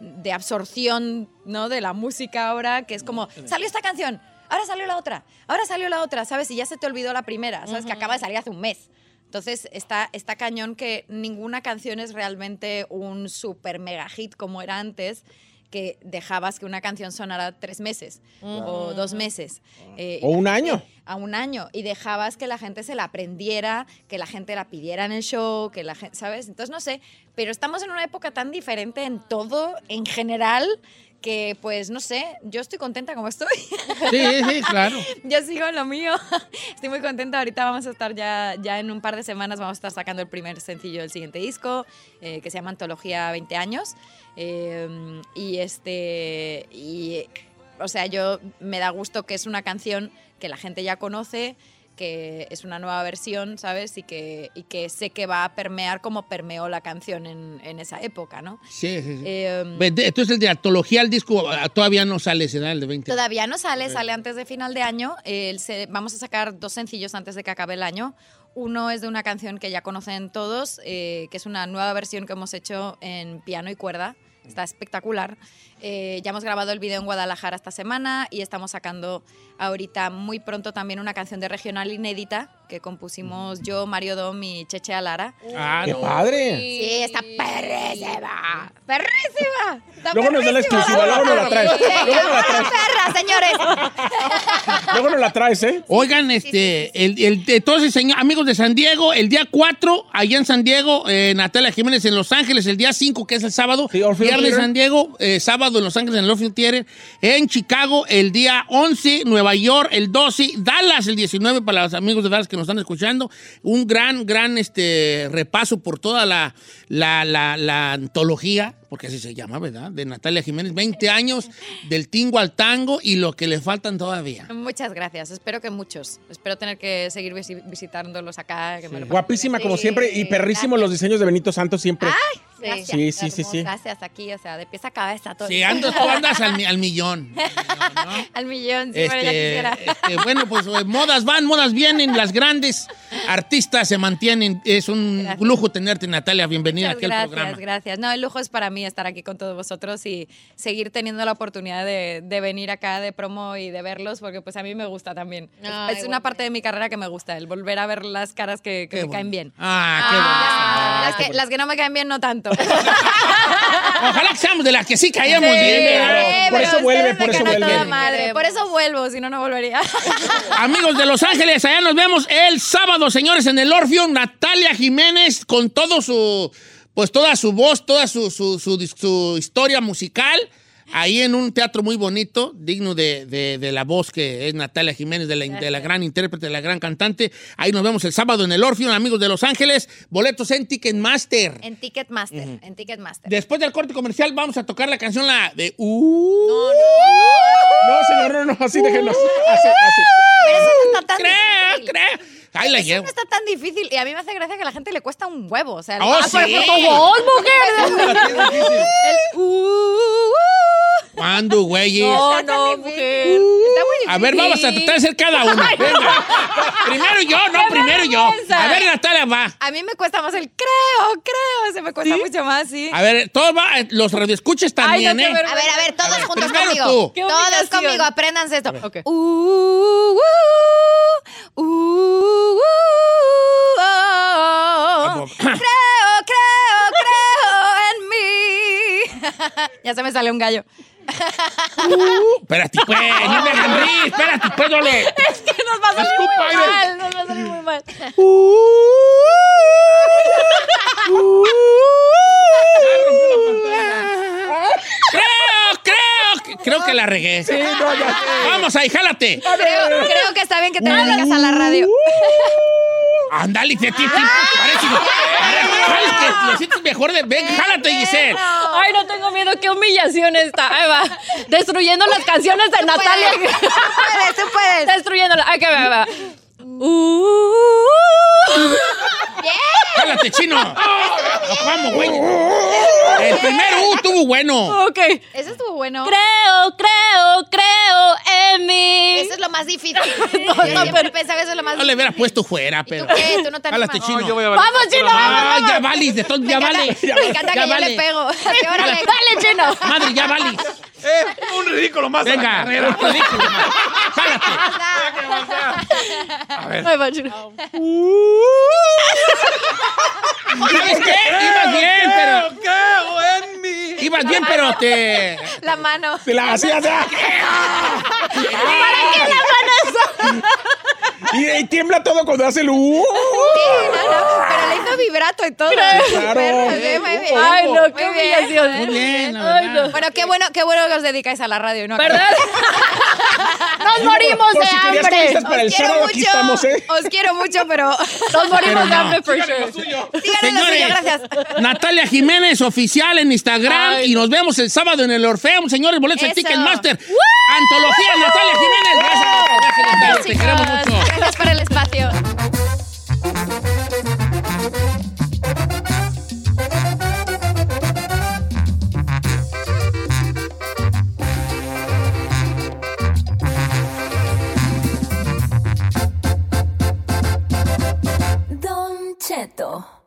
mm, de absorción, ¿no? De la música ahora, que es como, salió esta canción, ahora salió la otra, ahora salió la otra, ¿sabes? Y ya se te olvidó la primera, ¿sabes? Que acaba de salir hace un mes. Entonces está, está cañón que ninguna canción es realmente un super mega hit como era antes, que dejabas que una canción sonara tres meses o dos meses. eh, O un año. a un año y dejabas que la gente se la aprendiera, que la gente la pidiera en el show, que la gente, ¿sabes? Entonces no sé, pero estamos en una época tan diferente en todo, en general, que pues no sé, yo estoy contenta como estoy. Sí, sí, claro. yo sigo en lo mío. Estoy muy contenta. Ahorita vamos a estar ya, ya en un par de semanas, vamos a estar sacando el primer sencillo del siguiente disco, eh, que se llama Antología 20 años. Eh, y este, y, o sea, yo me da gusto que es una canción que la gente ya conoce, que es una nueva versión, ¿sabes? Y que, y que sé que va a permear como permeó la canción en, en esa época, ¿no? Sí, sí, sí. Eh, Ve, de- Entonces, el de antología al disco ah, todavía no sale, será el de 20. Todavía no sale, Ok. sale antes de final de año. El se- vamos a sacar dos sencillos antes de que acabe el año. Uno es de una canción que ya conocen todos, eh, que es una nueva versión que hemos hecho en piano y cuerda. Está espectacular. Eh, ya hemos grabado el video en Guadalajara esta semana y estamos sacando ahorita muy pronto también una canción de regional inédita que compusimos yo, Mario Dom y Cheche Alara. Ah, ¡Qué padre! Sí, está perrísima. Perrísima. Está Luego nos da la perrísima exclusiva, luego nos la traes. Venga, Luego nos la ¡vámonos, traes. perra, señores! Luego nos la traes, ¿eh? Oigan, este, el, el- entonces, señor, amigos de San Diego, el día 4, allá en San Diego, eh, Natalia Jiménez en Los Ángeles, el día 5, que es el sábado, Sí, Orfeo viernes Theater. San Diego, eh, sábado en Los Ángeles, en el Orfeo Theater, en Chicago, el día 11, Nueva York, el 12, Dallas, el 19, para los amigos de Dallas que nos están escuchando, un gran, gran este, repaso por toda la, la, la, la antología, porque así se llama, ¿verdad?, de Natalia Jiménez, 20 años, del tingo al tango y lo que le faltan todavía. Muchas gracias. Espero que muchos. Espero tener que seguir visi- visitándolos acá. que me lo pasen Guapísima bien. como Sí, siempre y perrísimos los diseños de Benito Santos siempre. Gracias. Sí, sí, sí, sí. Gracias aquí, o sea, de pies a cabeza todo. Sí, ando, tú andas al, mi- al millón. Al millón, sí, pero ya Este, quisiera. este, bueno, pues eh, modas van, modas vienen, las grandes artistas se mantienen. Es un Gracias. lujo tenerte, Natalia. Bienvenida Muchas aquí al gracias, programa. gracias. No, el lujo es para mí estar aquí con todos vosotros y seguir teniendo la oportunidad de, de venir acá de promo y de verlos, porque pues a mí me gusta también. Es- Ah, Ay, es una parte de mi carrera que me gusta, el volver a ver las caras que, que Qué me caen bonito. bien. Ah, qué Ah, bonito. las, que, las que no me caen bien, no tanto. Ojalá que seamos de las que sí caíamos Sí, bien. ¿verdad? eh, Por pero eso vuelve, ustedes me por eso caen a toda vuelve. madre. Por eso vuelvo, si no, no volvería. Amigos de Los Ángeles, allá nos vemos el sábado, señores, en el Orfeón. Natalia Jiménez con todo su, pues toda su voz, toda su, su, su, su historia musical, ahí en un teatro muy bonito, digno de, de- de la voz que es Natalia Jiménez, de la, de la gran intérprete, de la gran cantante. Ahí nos vemos el sábado en el Orfeón, amigos de Los Ángeles, boletos en Ticketmaster. En Ticketmaster, en Ticketmaster. Después del corte comercial vamos a tocar la canción la de... Uh, No, señor, no, no, así déjenos. Uh. Así, así. Pero eso no está tan creo, difícil. creo. Ahí la Eso llevo. no está tan difícil. Y a mí me hace gracia que a la gente le cuesta un huevo. O sea, Oh, ah, pero sí. por favor, mujer. El- uh, uh. ¿Cuándo, güey? No, Está tan no, difícil. mujer. Está muy difícil. A ver, vamos a tratar de ser cada uno. Venga. Primero yo, no, primero yo. vergüenza. A ver, Natalia, va. A mí me cuesta más el creo, creo. Se me cuesta mucho más, sí. A ver, todos va, eh, los radioescuches también, no, qué ¿eh? vergüenza. A ver, a ver, todos ver, juntos primero conmigo. tú. Qué Todos humillación. conmigo, apréndanse esto. Ok. Uh, uh, uh, uh, oh, oh. Vamos. Creo, creo, creo en mí. ya se me sale un gallo. Uh, espérate, pues, no me hagan reír. Espérate, pues, dole. Es que nos va a salir muy Escupa, aire. mal. Nos va a salir muy mal. Creo, creo, que- creo que la regué. Sí, no, ya sé. Vamos ahí, jálate. Creo, creo que está bien que te dedicas a la radio. Ándale, te ti- ti- Parece que parece que lo sientes mejor de. Ven, jálate, Giselle. Ay, no tengo miedo, qué humillación está. Ahí va. Destruyendo las canciones de Natalia. Tú puedes, tú puedes. Destruyéndolas. Ay, que va, va. Jálate, chino. Nos vamos, güey. El primer U estuvo bueno. Ok. Ese estuvo bueno. Creo, creo, creo en mí. Eso es lo más difícil. no, no, no, pero pensaba que eso es lo más No le hubiera puesto fuera, pero. qué? ¿Tú no te este Jálate, animas? chino. No, yo voy a valer. Vamos, chino, vamos, Ah, vamos. ya valis, de todo, ya vale. Me encanta que yo le pego. Así, órale. Dale, chino. Madre, ya valis. Eh, un ridículo más Venga, un ridículo más. A ver. Ay, va, chino. ¿Sabes qué? Ibas Eh, bien, pero. Creo en mí. Ibas bien, pero te. La mano. Te la hacías. ah, ¿Para qué la mano es Y, y tiembla todo cuando hace el uh. U. Sí, no, no, pero le hizo vibrato y todo. claro. Muy bien, muy bien. Ay, no, qué Muy bien. humillación. Muy bien, la Ay, verdad. no. Bueno, qué bueno, qué bueno que os dedicáis a la radio. y No a- ¿Verdad? Nos morimos Por de si querías hambre. camisas para el Os quiero sábado, aquí estamos, mucho. ¿eh? Os quiero mucho, pero Nos Pero morimos de no. hambre, for sure. síganle lo suyo, gracias. Natalia Jiménez, oficial en Instagram. Y nos vemos el sábado en el Orfeum, señores. Boletos en Eso. Ticketmaster. Antología Natalia Jiménez. Gracias, gracias, Natalia. Te queremos Chicas. mucho. Gracias por el espacio. Don Cheto.